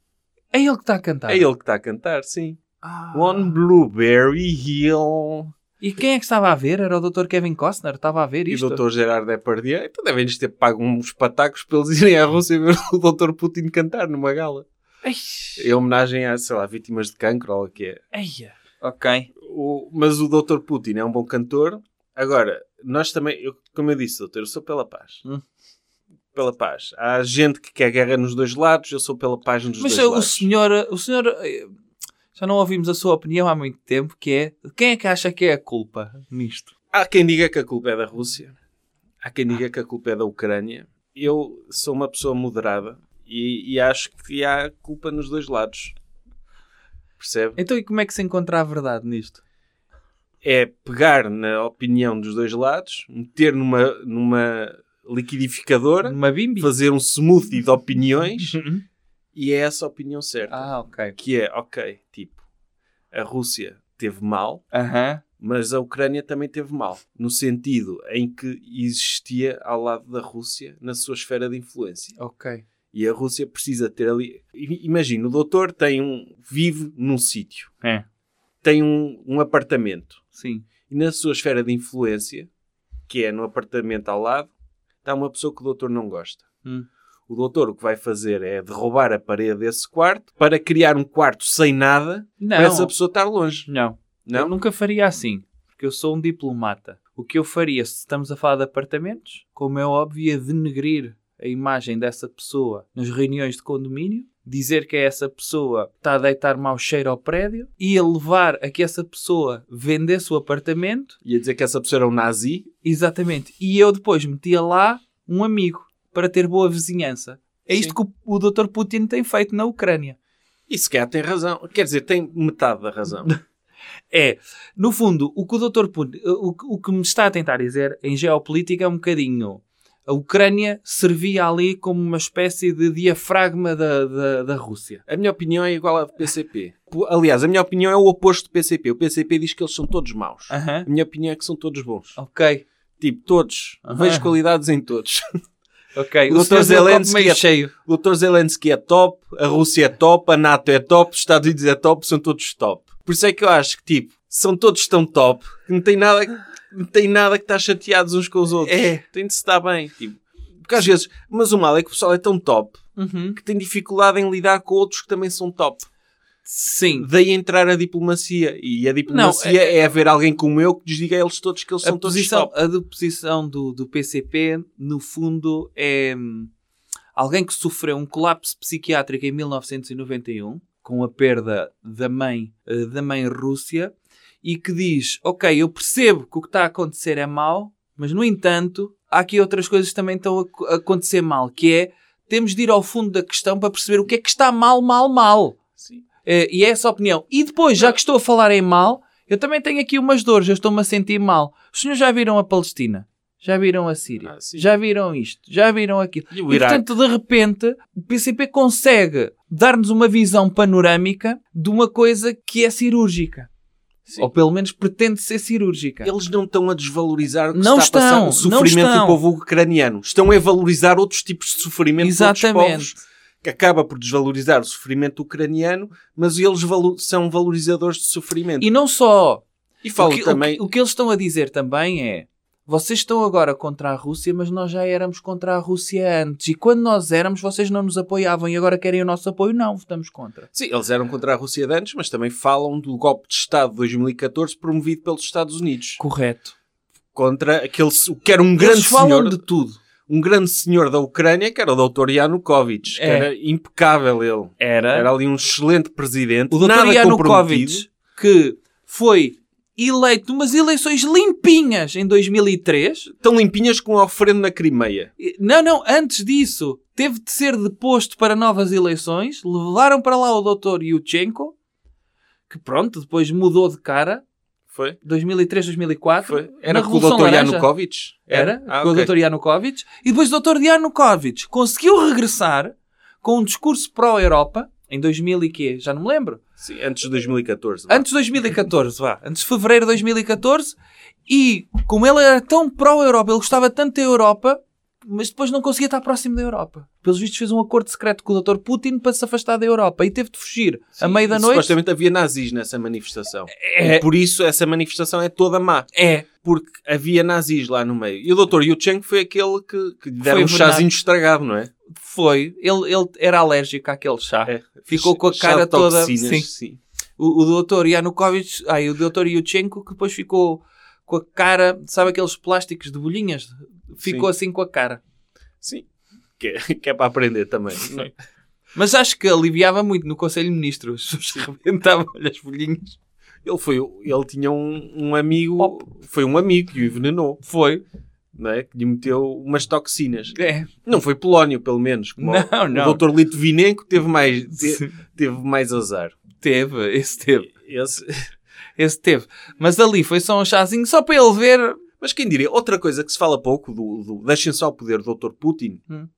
B: É ele que está a cantar.
C: É ele que está a cantar, sim.
B: Ah.
C: One Blueberry Hill.
B: E quem é que estava a ver? Era o Dr. Kevin Costner? Estava a ver
C: E
B: isto?
C: o Dr. Gerard Depardieu. Então devem-lhes ter pago uns patacos para eles irem à Rússia ver o Dr. Putin cantar numa gala.
B: Ai,
C: Em homenagem a, sei lá, vítimas de cancro ou o que é.
B: eia. Ok.
C: O- mas o Dr. Putin é um bom cantor. Agora, nós também, eu- como eu disse, doutor, eu sou pela paz.
B: Hum.
C: Pela paz. Há gente que quer guerra nos dois lados, eu sou pela paz nos
B: Mas é
C: dois
B: o
C: lados.
B: senhor, o senhor... eh, Já não ouvimos a sua opinião há muito tempo, que é... Quem é que acha que é a culpa nisto?
C: Há quem diga que a culpa é da Rússia, há quem diga que a culpa é da Ucrânia. Eu sou uma pessoa moderada e, e acho que há culpa nos dois lados. Percebe?
B: Então e como é que se encontra a verdade nisto?
C: É pegar na opinião dos dois lados, meter numa, numa liquidificadora,
B: Numa bimbi?
C: fazer um smoothie de opiniões e é essa a opinião certa.
B: ah, ok.
C: Que é, ok, tipo, a Rússia teve mal,
B: Aham.
C: mas a Ucrânia também teve mal, no sentido em que existia ao lado da Rússia na sua esfera de influência.
B: Ok.
C: E a Rússia precisa ter ali. I- Imagina, o doutor tem um. vive num sítio,
B: É.
C: tem um, um apartamento,
B: Sim.
C: e na sua esfera de influência, que é no apartamento ao lado, está uma pessoa que o doutor não gosta.
B: Hum.
C: O doutor o que vai fazer é derrubar a parede desse quarto para criar um quarto sem nada
B: Não.
C: para essa pessoa estar longe.
B: Não. Eu
C: Não?
B: nunca faria assim, porque eu sou um diplomata. O que eu faria, se estamos a falar de apartamentos, como é óbvio, é denegrir a imagem dessa pessoa nas reuniões de condomínio, dizer que essa pessoa está a deitar mau cheiro ao prédio e a levar a que essa pessoa vendesse o apartamento,
C: Ia dizer que essa pessoa era um nazi
B: exatamente, e eu depois metia lá um amigo para ter boa vizinhança. É isto que o, o Dr. Putin tem feito na Ucrânia.
C: E se calhar tem razão. Quer dizer, tem metade da razão.
B: É, no fundo, o que o Dr. Putin, eh, o, que- o que me está a tentar dizer em geopolítica é um bocadinho. A Ucrânia servia ali como uma espécie de diafragma da, da, da Rússia.
C: A minha opinião é igual à do PCP. Po- Aliás, a minha opinião é o oposto do PCP. O PCP diz que eles são todos maus.
B: Aham.
C: A minha opinião é que são todos bons.
B: Ok,
C: Tipo, todos.
B: Aham.
C: Vejo qualidades em todos.
B: ok.
C: O Dr.
B: senhor deu o copo
C: Zelensky
B: meio
C: é-
B: cheio.
C: O Dr. Zelensky é top, a Rússia é top, a NATO é top, os Estados Unidos é top, são todos top. Por isso é que eu acho que, tipo, são todos tão top que não tem nada, não tem nada que estar chateados uns com os outros.
B: É.
C: Tem de se estar bem. Tipo, porque às vezes, mas o mal é que o pessoal é tão top
B: Uhum.
C: que tem dificuldade em lidar com outros que também são top.
B: Sim.
C: Daí entrar a diplomacia. E a diplomacia é, haver alguém como eu que desdiga a eles todos que eles
B: A
C: são todos
B: posição,
C: top.
B: a de posição do, do PCP, no fundo, é hum, alguém que sofreu um colapso psiquiátrico em 1991, com a perda da mãe, eh, da mãe Rússia, e que diz: Ok, eu percebo que o que está a acontecer é mau, mas no entanto, há aqui outras coisas que também estão a co- a acontecer mal, que é temos de ir ao fundo da questão para perceber o que é que está mal, mal, mal. Eh, e é essa a opinião. E depois, já que estou a falar em mal, eu também tenho aqui umas dores, eu estou-me a sentir mal. Os senhores já viram a Palestina? Já viram a Síria?
C: Ah, sim.
B: já viram isto? Já viram aquilo?
C: E o
B: E
C: Iraque?
B: portanto, de repente, o PCP consegue dar-nos uma visão panorâmica de uma coisa que é cirúrgica.
C: Sim.
B: Ou pelo menos pretende ser cirúrgica.
C: Eles não estão a desvalorizar o que
B: Não
C: se está a
B: estão,
C: passar,
B: não
C: o sofrimento
B: estão.
C: do povo ucraniano. Estão a valorizar outros tipos de sofrimento de
B: Exatamente.
C: outros povos, que acaba por desvalorizar o sofrimento ucraniano, mas eles valo- são valorizadores de sofrimento.
B: E não só.
C: E, falo
B: o, que, o
C: também...
B: que- o que eles estão a dizer também é: vocês estão agora contra a Rússia, mas nós já éramos contra a Rússia antes. E quando nós éramos, vocês não nos apoiavam e agora querem o nosso apoio? Não, votamos contra.
C: Sim, eles eram contra a Rússia de antes, mas também falam do golpe de Estado de 2014 promovido pelos Estados Unidos.
B: Correto.
C: Contra aquele... se- que era um grande
B: Eles falam
C: senhor...
B: de tudo.
C: um grande senhor da Ucrânia, que era o Dr. Yanukovych, que
B: É.
C: era impecável ele. Era ali um excelente presidente,
B: O doutor
C: nada
B: Yanukovych,
C: comprometido.
B: que foi eleito umas eleições limpinhas em 2003.
C: Tão limpinhas com a oferenda na Crimeia.
B: E- Não, não, antes disso, teve de ser deposto para novas eleições. Levaram para lá o doutor Yuchenko, que pronto, depois mudou de cara.
C: Foi?
B: 2003, 2004.
C: Foi?
B: Ah, na
C: Era com o
B: Revolução
C: Dr.
B: Laranja.
C: Yanukovych?
B: Era,
C: Ah,
B: com
C: ok.
B: o Dr. Yanukovych. E depois o Dr. Yanukovych conseguiu regressar com um discurso pró-Europa em 2000 e quê? Já não me lembro.
C: Sim, antes de 2014.
B: Antes de 2014, vá. Antes de fevereiro de 2014. E como ele era tão pró-Europa, ele gostava tanto da Europa, mas depois não conseguia estar próximo da Europa. Pelos vistos fez um acordo secreto com o Dr. Putin para se afastar da Europa e teve de fugir
C: Sim,
B: a meio da
C: e
B: noite.
C: Supostamente havia nazis nessa manifestação.
B: É.
C: E por isso essa manifestação é toda má.
B: É,
C: Porque havia nazis lá no meio. E o Dr. Yuchenko foi aquele que, que lhe deram
B: Foi
C: um
B: envenenado.
C: chazinho estragado, não é?
B: foi. Ele, ele era alérgico àquele chá.
C: É.
B: Ficou com a
C: Chá
B: cara
C: de
B: toda-
C: toxinas,
B: sim.
C: sim.
B: o, o doutor Yanukovych, ai, o doutor Yuchenko, que depois ficou com a cara, sabe aqueles plásticos de bolhinhas? Ficou assim com a cara.
C: Sim. Que é, que é para aprender também. é?
B: Mas acho que aliviava muito no Conselho de Ministros. As pessoas rebentavam-lhe as bolhinhas.
C: Ele foi, ele tinha um, um amigo,
B: Pop.
C: foi um amigo que o envenenou,
B: Foi.
C: não é? Que lhe meteu umas toxinas.
B: É.
C: Não foi Polónio, pelo menos. Como
B: Não,
C: o,
B: não.
C: O Dr. Litvinenko teve mais, te-
B: Sim.
C: teve mais azar.
B: Teve, esse teve.
C: Esse-
B: Esse teve. Mas ali foi só um chazinho, só para ele ver.
C: Mas quem diria? Outra coisa que se fala pouco do, do deixem só o poder do Dr. Putin,
B: Hum.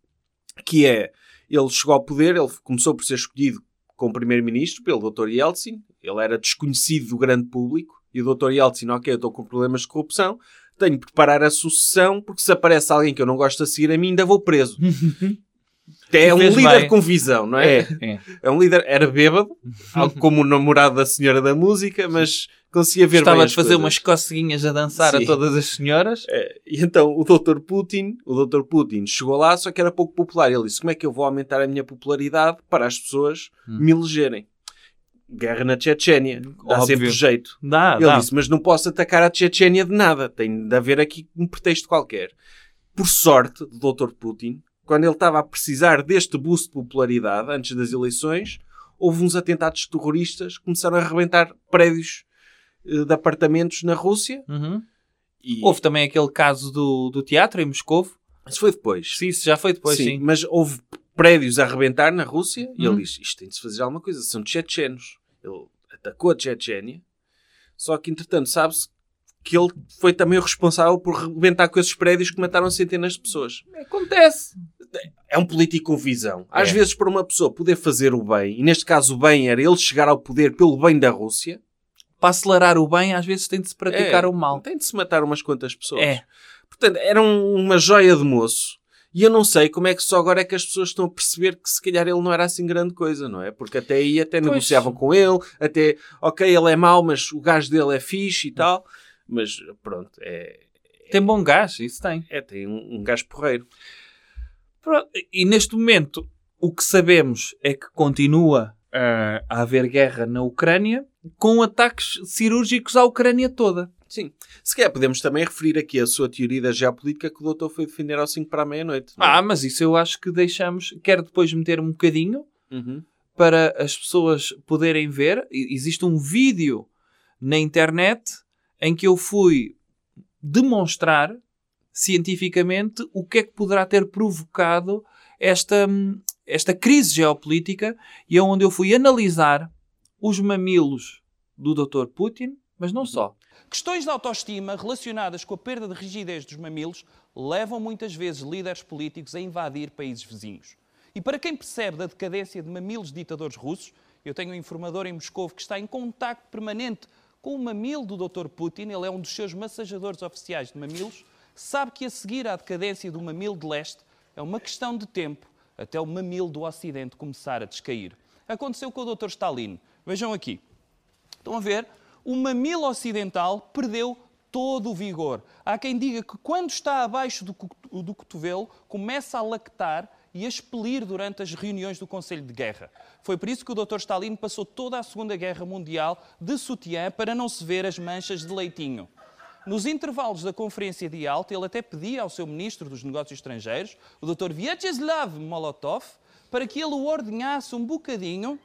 C: que é ele chegou ao poder, ele começou por ser escolhido como primeiro-ministro pelo Dr. Yeltsin, ele era desconhecido do grande público, e o Dr. Yeltsin, ok, eu estou com problemas de corrupção, tenho de preparar a sucessão, porque se aparece alguém que eu não gosto a seguir a mim, ainda vou preso. É um
B: Fez
C: líder
B: bem.
C: com visão, não é? É um líder, era bêbado, algo como o namorado da senhora da música, mas conseguia ver bem
B: Gostava
C: as
B: de fazer
C: coisas.
B: umas coceguinhas a dançar a
C: Sim.
B: todas as senhoras.
C: E então o Dr. Putin, o Dr. Putin chegou lá, só que era pouco popular. Ele disse: Como é que eu vou aumentar a minha popularidade para as pessoas
B: Hum.
C: me elegerem? Guerra na Chechênia, dá
B: Óbvio. Ah,
C: sempre jeito.
B: Dá,
C: Ele disse: Mas não posso atacar a Chechênia de nada, tem de haver aqui um pretexto qualquer. Por sorte do Dr. Putin, quando ele estava a precisar deste boost de popularidade antes das eleições, houve uns atentados terroristas que começaram a arrebentar prédios eh, de apartamentos na Rússia.
B: Uhum.
C: E
B: Houve também aquele caso do, do teatro em Moscovo.
C: Isso foi depois.
B: Sim, isso já foi depois, sim.
C: mas houve prédios a arrebentar na Rússia e
B: Uhum.
C: ele disse: Isto tem de se fazer alguma coisa, são chechenos. Ele atacou a Chechênia Só que, entretanto, sabe-se que ele foi também o responsável por rebentar com esses prédios que mataram centenas de pessoas.
B: Acontece.
C: É um político com visão. Às vezes, para uma pessoa poder fazer o bem, e neste caso o bem era ele chegar ao poder pelo bem da Rússia,
B: Para acelerar o bem, às vezes tem de se praticar
C: É.
B: o mal.
C: tem de se matar umas quantas pessoas.
B: É.
C: Portanto, era um- uma joia de moço. E eu não sei como é que só agora é que as pessoas estão a perceber que se calhar ele não era assim grande coisa, não é? Porque até aí até
B: Pois.
C: negociavam com ele, até, ok, ele é mau, mas o gajo dele é fixe e
B: Hum.
C: tal. Mas pronto, é,
B: Tem bom gás, isso tem.
C: é tem um, um gajo porreiro.
B: Pronto, E neste momento, o que sabemos é que continua ah, a haver guerra na Ucrânia com ataques cirúrgicos à Ucrânia toda.
C: Sim. Se calhar podemos também referir aqui a sua teoria da geopolítica que o doutor foi defender ao 5 para a meia-noite. não é?
B: Ah, mas isso eu acho que deixamos. Quero depois meter um bocadinho
C: Uhum.
B: para as pessoas poderem ver. E- Existe um vídeo na internet em que eu fui demonstrar cientificamente o que é que poderá ter provocado esta, hum, esta crise geopolítica e é onde eu fui analisar os mamilos do Dr. Putin, mas não só.
F: Questões de autoestima relacionadas com a perda de rigidez dos mamilos levam muitas vezes líderes políticos a invadir países vizinhos. E para quem percebe da decadência de mamilos de ditadores russos, eu tenho um informador em Moscou que está em contacto permanente com o mamilo do Dr. Putin, ele é um dos seus massajadores oficiais de mamilos, sabe que a seguir à decadência do mamilo de leste é uma questão de tempo até o mamilo do ocidente começar a descair. Aconteceu com o Dr. Stalin. Vejam aqui. Estão a ver? O mamilo ocidental perdeu todo o vigor. Há quem diga que quando está abaixo do, co- do cotovelo, começa a lactar e a expelir durante as reuniões do Conselho de Guerra. Foi por isso que o Dr. Stalin passou toda a Segunda Guerra Mundial de sutiã para não se ver as manchas de leitinho. Nos intervalos da conferência de alta, ele até pedia ao seu ministro dos Negócios Estrangeiros, o Dr. Vyacheslav Molotov, para que ele o ordenhasse um bocadinho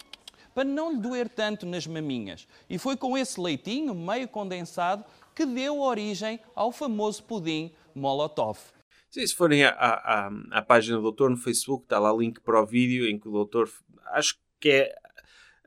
F: para não lhe doer tanto nas maminhas. E foi com esse leitinho meio condensado que deu origem ao famoso pudim Molotov.
C: Sim, se forem à, à, à- à página do Doutor no Facebook, está lá link para o vídeo em que o Doutor. Acho que é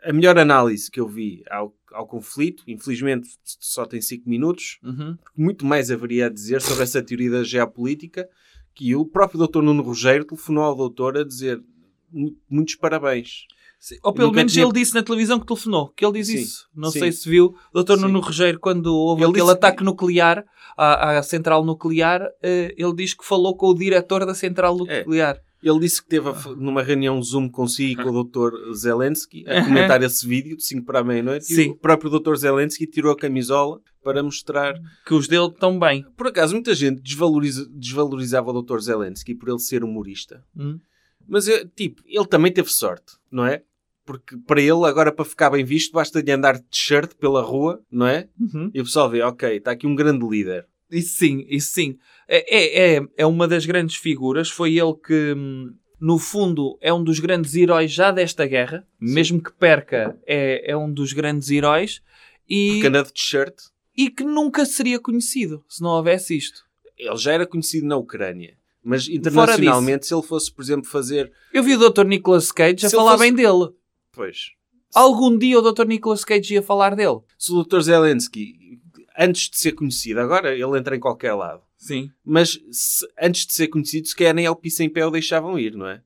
C: a melhor análise que eu vi ao, ao conflito. Infelizmente, só tem 5 minutos. porque Muito mais haveria a dizer sobre essa teoria da geopolítica. Que o próprio Doutor Nuno Rogério telefonou ao Doutor a dizer "Mu- muitos parabéns.
B: Sim, Ou pelo
C: Nunca
B: menos
C: tinha-
B: ele disse na televisão que telefonou, que ele diz
C: Sim,
B: isso. Não
C: sim.
B: sei se viu. O Dr.
C: Sim.
B: Nuno Rogério, quando houve
C: Ele
B: aquele
C: disse que-
B: ataque nuclear à, à central nuclear, eh, ele diz que falou com o diretor da central
C: É.
B: nuclear.
C: Ele disse que teve a f- numa reunião Zoom consigo e com o Dr. Zelensky a comentar esse vídeo de 5 para a meia-noite. E
B: Sim.
C: o próprio Dr. Zelensky tirou a camisola para mostrar
B: Que os dele estão bem.
C: Por acaso, muita gente desvaloriza- desvalorizava o Dr. Zelensky por ele ser humorista.
B: Hum.
C: Mas, eu, tipo, ele também teve sorte, não é? Porque para ele, agora para ficar bem visto, basta de andar de t-shirt pela rua, não é?
B: Uhum.
C: E o pessoal vê, ok, está aqui um grande líder.
B: Isso sim, isso sim. É, é, é, é uma das grandes figuras. Foi ele que, hum, no fundo, é um dos grandes heróis já desta guerra. Mesmo que perca, é, é um dos grandes heróis. E,
C: Porque anda de t-shirt,
B: e que nunca seria conhecido se não houvesse isto.
C: ele já era conhecido na Ucrânia. Mas
B: Fora
C: internacionalmente, se ele fosse, por exemplo, fazer.
B: Eu vi o Dr. Nicolas Cage a
C: Se ele
B: falar
C: fosse-
B: bem dele.
C: Pois.
B: Algum dia o Dr. Nicolas Cage ia falar dele.
C: Se o Dr. Zelensky, antes de ser conhecido, agora ele entra em qualquer lado.
B: Sim.
C: Mas se- antes de ser conhecido, se calhar nem ao piso em pé o deixavam ir, não é?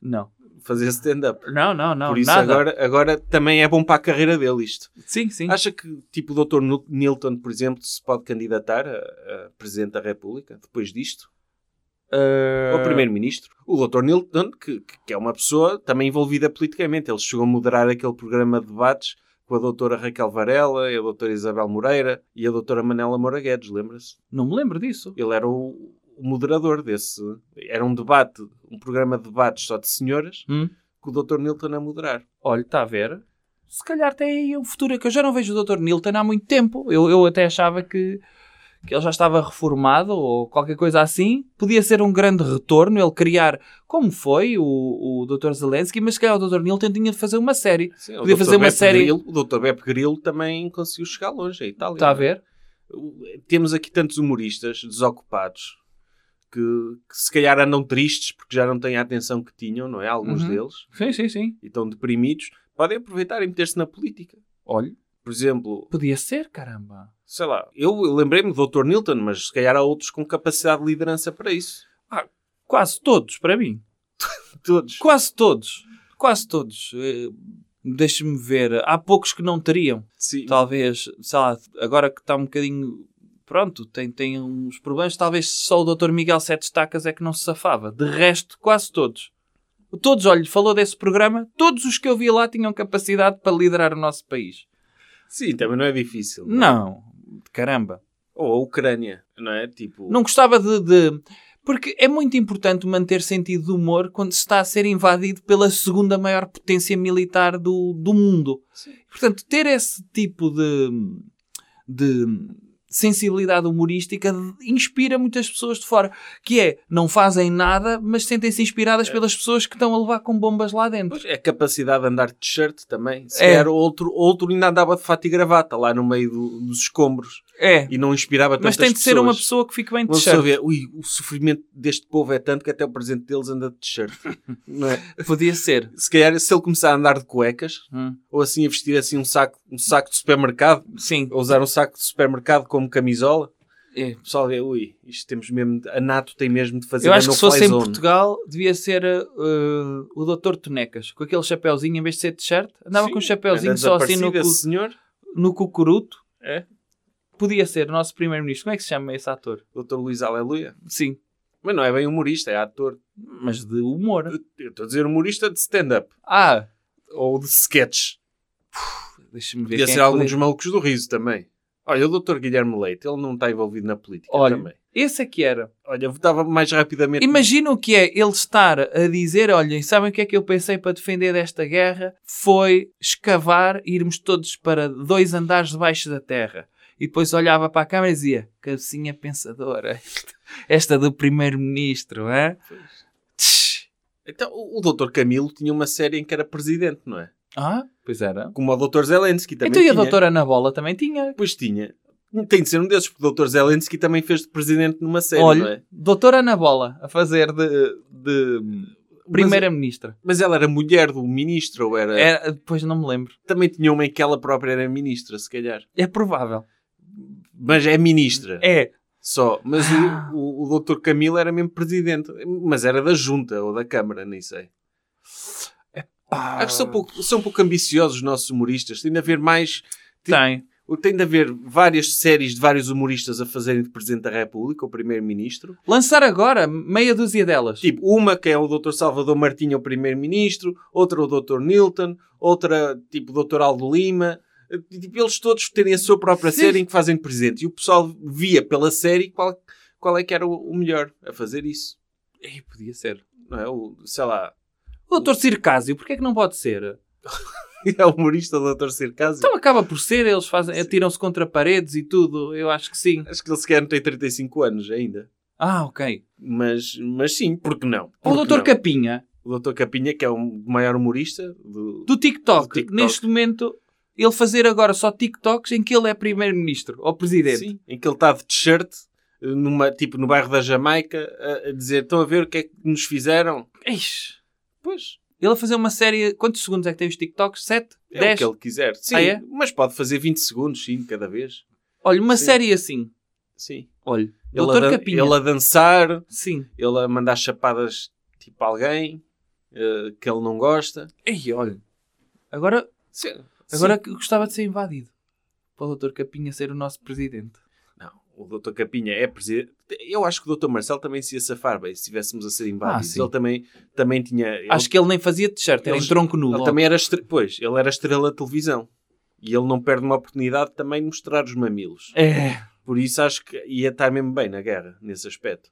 B: Não.
C: fazer stand-up.
B: Não, não, não.
C: Por isso
B: nada.
C: agora, agora também é bom para a carreira dele isto.
B: Sim, sim.
C: Acha que tipo o Dr. Nil- Nilton, por exemplo, se pode candidatar a, a Presidente da República depois disto?
B: Ah,
C: Ou Primeiro-Ministro? O Dr. Nilton, que, que- que é uma pessoa também envolvida politicamente. Ele chegou a moderar aquele programa de debates com a doutora Raquel Varela, e a doutora Isabel Moreira e a doutora Manela Moura Guedes, lembra-se?
B: Não me lembro disso.
C: Ele era o, o moderador desse... Era um debate, um programa de debates só de senhoras,
B: Hum.
C: com o Dr. Nilton a moderar.
B: Olha, está a ver. Se calhar tem aí um futuro. é Que eu já não vejo o Dr. Nilton há muito tempo. Eu, eu até achava que, que ele já estava reformado ou qualquer coisa assim. Podia ser um grande retorno ele criar, como foi o, o Dr. Zelensky, mas se calhar o Dr. Nilton tinha de fazer uma série.
C: Sim,
B: Podia
C: o Dr.
B: fazer uma
C: Beppe
B: série-
C: Grillo- o Dr. Beppe Grillo também conseguiu chegar longe em Itália. é?
B: Está Tá a ver?
C: O- Temos aqui tantos humoristas desocupados que, que se calhar andam tristes porque já não têm a atenção que tinham, não é? Alguns
B: Uhum.
C: deles.
B: Sim, sim, sim.
C: E estão deprimidos. Podem aproveitar e meter-se na política.
B: Olha,
C: Por exemplo,
B: Podia ser, caramba.
C: sei lá, eu lembrei-me do Dr. Newton, mas se calhar há outros com capacidade de liderança para isso.
B: Quase todos, para mim.
C: Todos.
B: Quase todos. Quase todos. Eh, Deixa-me ver. Há poucos que não teriam.
C: Sim.
B: Talvez, sei lá, agora que está um bocadinho. Pronto, tem, tem uns problemas. Talvez só o Dr. Miguel Sete Estacas é que não se safava. De resto, quase todos. Todos, olha, falou desse programa. Todos os que eu vi lá tinham capacidade para liderar o nosso país.
C: Sim, também não é difícil. é?
B: Não, caramba.
C: Ou a Ucrânia, não é? Tipo,
B: Não gostava de, de- Porque é muito importante manter sentido de humor quando se está a ser invadido pela segunda maior potência militar do, do mundo. Portanto, ter esse tipo de, de sensibilidade humorística inspira muitas pessoas de fora. Que é, não fazem nada, mas sentem-se inspiradas pelas pessoas que estão a levar com bombas lá dentro.
C: É. Pois, é a capacidade de andar de t-shirt também. Se
B: É.
C: era outro, outro ainda andava de fato e gravata lá no meio do- dos escombros
B: É,
C: e não inspirava tantas
B: mas tem de ser
C: pessoas.
B: uma pessoa que fique bem de
C: Uma pessoa
B: shirt.
C: vê, ui, o sofrimento deste povo é tanto que até o presente deles anda de t-shirt. Não é?
B: Podia ser.
C: Se calhar, se ele começar a andar de cuecas,
B: Hum.
C: ou assim a vestir assim um saco, um saco de supermercado,
B: Sim.
C: ou usar um saco de supermercado como camisola,
B: É.
C: o pessoal vê, ui, isto temos mesmo, de- a NATO tem mesmo de fazer
B: Eu
C: a
B: acho que se
C: no-fly
B: fosse em
C: zone.
B: Portugal, devia ser uh, o Dr. Tonecas, com aquele chapéuzinho, em vez de ser t-shirt, andava
C: Sim,
B: com um chapéuzinho
C: anda
B: só assim no,
C: desaparecido esse
B: cu,
C: senhor,
B: no cucuruto.
C: É?
B: Podia ser o nosso primeiro-ministro. Como é que se chama esse ator?
C: Dr. Luís Aleluia.
B: Sim,
C: Mas não é bem humorista, é ator.
B: mas de humor.
C: Eu- Eu estou a dizer humorista de stand-up
B: Ah,
C: ou de sketch.
B: deixa-me ver.
C: Podia
B: quem
C: ser
B: é que
C: algum
B: podia-
C: dos malucos do riso também. Olha, o Dr. Guilherme Leite, ele não está envolvido na política
B: Olha.
C: também.
B: Esse é que era.
C: Olha, votava mais rapidamente.
B: Imagina o que é ele estar a dizer: olhem, sabem o que é que eu pensei para defender desta guerra? Foi escavar, irmos todos para dois andares debaixo da terra. E depois olhava para a câmara e dizia: cabecinha pensadora, esta do primeiro-ministro, é? Tch.
C: Então, o o Dr. Camilo tinha uma série em que era presidente, não é?
B: Ah, pois era.
C: Como o Dr. Zelensky também
B: então e
C: tinha.
B: a doutora Ana Bola também tinha?
C: Pois tinha. Tem de ser um desses, porque o Dr. Zelensky também fez de presidente numa série, não
B: Olha,
C: é?
B: doutora Ana Bola a fazer de, de primeira-ministra.
C: Mas ela era mulher do ministro, ou era...
B: Era- Depois não me lembro.
C: Também tinha uma em que ela própria era ministra, se calhar.
B: É provável.
C: Mas é ministra.
B: É.
C: Só. Mas o, o, o Dr. Camilo era mesmo presidente. Mas era da junta ou da câmara, nem sei.
B: Pá.
C: Acho que são pouco, são pouco ambiciosos os nossos humoristas. Tem de haver mais...
B: Tem.
C: Tem de haver várias séries de vários humoristas a fazerem de Presidente da República, ou Primeiro-Ministro.
B: Lançar agora meia dúzia delas.
C: Tipo, uma que é o Dr. Salvador Martinho, o Primeiro-Ministro, outra o Dr. Nilton, outra, tipo, o Dr. Aldo Lima. Tipo, eles todos terem a sua própria
B: Sim.
C: série em que fazem de Presidente. E o pessoal via pela série qual, qual é que era o, o melhor a fazer isso.
B: Ei, podia ser.
C: Não é? O, sei lá,
B: O Dr. Circásio, porquê é que não pode ser?
C: é o humorista do Dr. Circásio.
B: Então acaba por ser, eles fazem, atiram-se contra paredes e tudo. Eu acho que sim.
C: Acho que ele sequer não tem 35 anos ainda.
B: Ah, ok.
C: Mas, mas sim, porque não?
B: Ou o
C: Porque
B: Dr.
C: não?
B: Capinha,
C: o Dr. Capinha, que é o maior humorista do...
B: do TikTok,
C: Do TikTok.
B: neste momento, ele fazer agora só TikToks em que ele é primeiro-ministro ou presidente.
C: Sim, em que ele está de t-shirt, eh, numa, tipo no bairro da Jamaica, a, a dizer: estão a ver o que é que nos fizeram?
B: Eish.
C: Pois,
B: Ele a fazer uma série. Quantos segundos é que tem os TikToks? 7?
C: é
B: 10?
C: o que ele quiser. Sim,
B: Ah, é?
C: mas pode fazer 20 segundos, sim, cada vez.
B: Olha, uma
C: Sim.
B: série assim.
C: Sim.
B: Olha,
C: Ele,
B: Dr.
C: a, dan-
B: Capinha.
C: ele a dançar,
B: Sim.
C: ele a mandar chapadas tipo a alguém eh, que ele não gosta.
B: Ei, olha. Agora,
C: Sim.
B: agora que gostava de ser invadido. Para o Dr. Capinha ser o nosso presidente.
C: Não, o Dr. Capinha é presidente. Eu acho que o Dr. Marcelo também se ia safar bem se estivéssemos a ser
B: Ah,
C: invadidos.
B: sim.
C: ele também, também tinha. ele-
B: Acho que ele nem fazia t-shirt, era
C: Eles-
B: em tronco nu.
C: Ele
B: logo.
C: também era estre... Pois, ele era estrela de televisão. E ele não perde uma oportunidade também de mostrar os mamilos.
B: É,
C: Por isso acho que ia estar mesmo bem na guerra, nesse aspecto.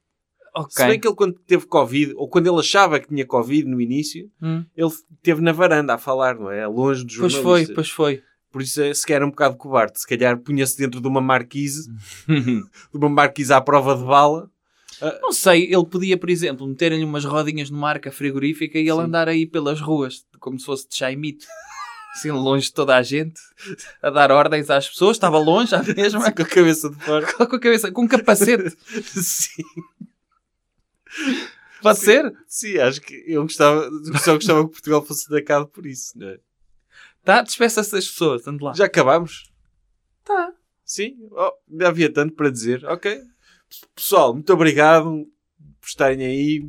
C: Se
B: ok.
C: bem que ele quando teve Covid, ou quando ele achava que tinha Covid no início,
B: Hum.
C: ele esteve na varanda a falar, não é? Longe dos
B: Pois
C: jornalistas.
B: foi, pois foi.
C: Por isso é sequer era um bocado cobarde. Se calhar punha-se dentro de uma marquise, de uma marquise à prova de bala.
B: Não sei, ele podia, por exemplo, meterem-lhe umas rodinhas numa arca frigorífica e ele andar aí pelas ruas, como se fosse de Chaimite. Assim, longe de toda a gente, a dar ordens às pessoas, estava longe, à mesma,
C: Com a cabeça de fora.
B: com a cabeça, com um capacete.
C: Sim.
B: Pode
C: Sim.
B: ser?
C: Sim, acho que eu gostava, só gostava que Portugal fosse atacado por isso, não é?
B: Tá? Despeça-se das pessoas, ande lá.
C: Já acabámos? Tá. Sim, Oh, ainda havia tanto para dizer. Ok. Pessoal, muito obrigado por estarem aí.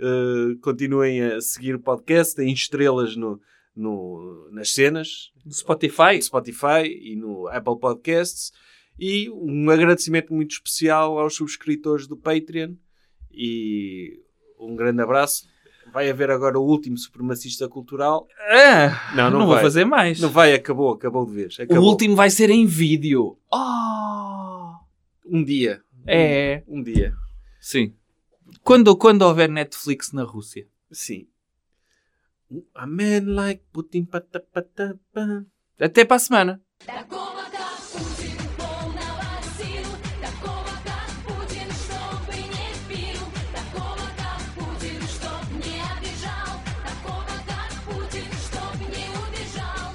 C: Uh, continuem a seguir o podcast. Tem estrelas no, no, nas cenas,
B: No Spotify,
C: no Spotify e no Apple Podcasts. E um agradecimento muito especial aos subscritores do Patreon. E um grande abraço. Vai haver agora o último supremacista cultural.
B: ah,
C: Não,
B: não,
C: não
B: vou
C: vai.
B: fazer mais.
C: Não vai, acabou, acabou de vez.
B: o
C: Acabou.
B: último vai ser em vídeo. Oh!
C: Um dia.
B: É,
C: Um dia.
B: sim. Quando, quando houver Netflix na Rússia.
C: Sim. A man like Putin. patapatapá.
B: Até para a semana.
D: Такого, как Путин, полного сил, такого, как Путин, чтобы не пил, такого, как Путин, чтоб не обижал, такого, как Путин, чтоб не убежал.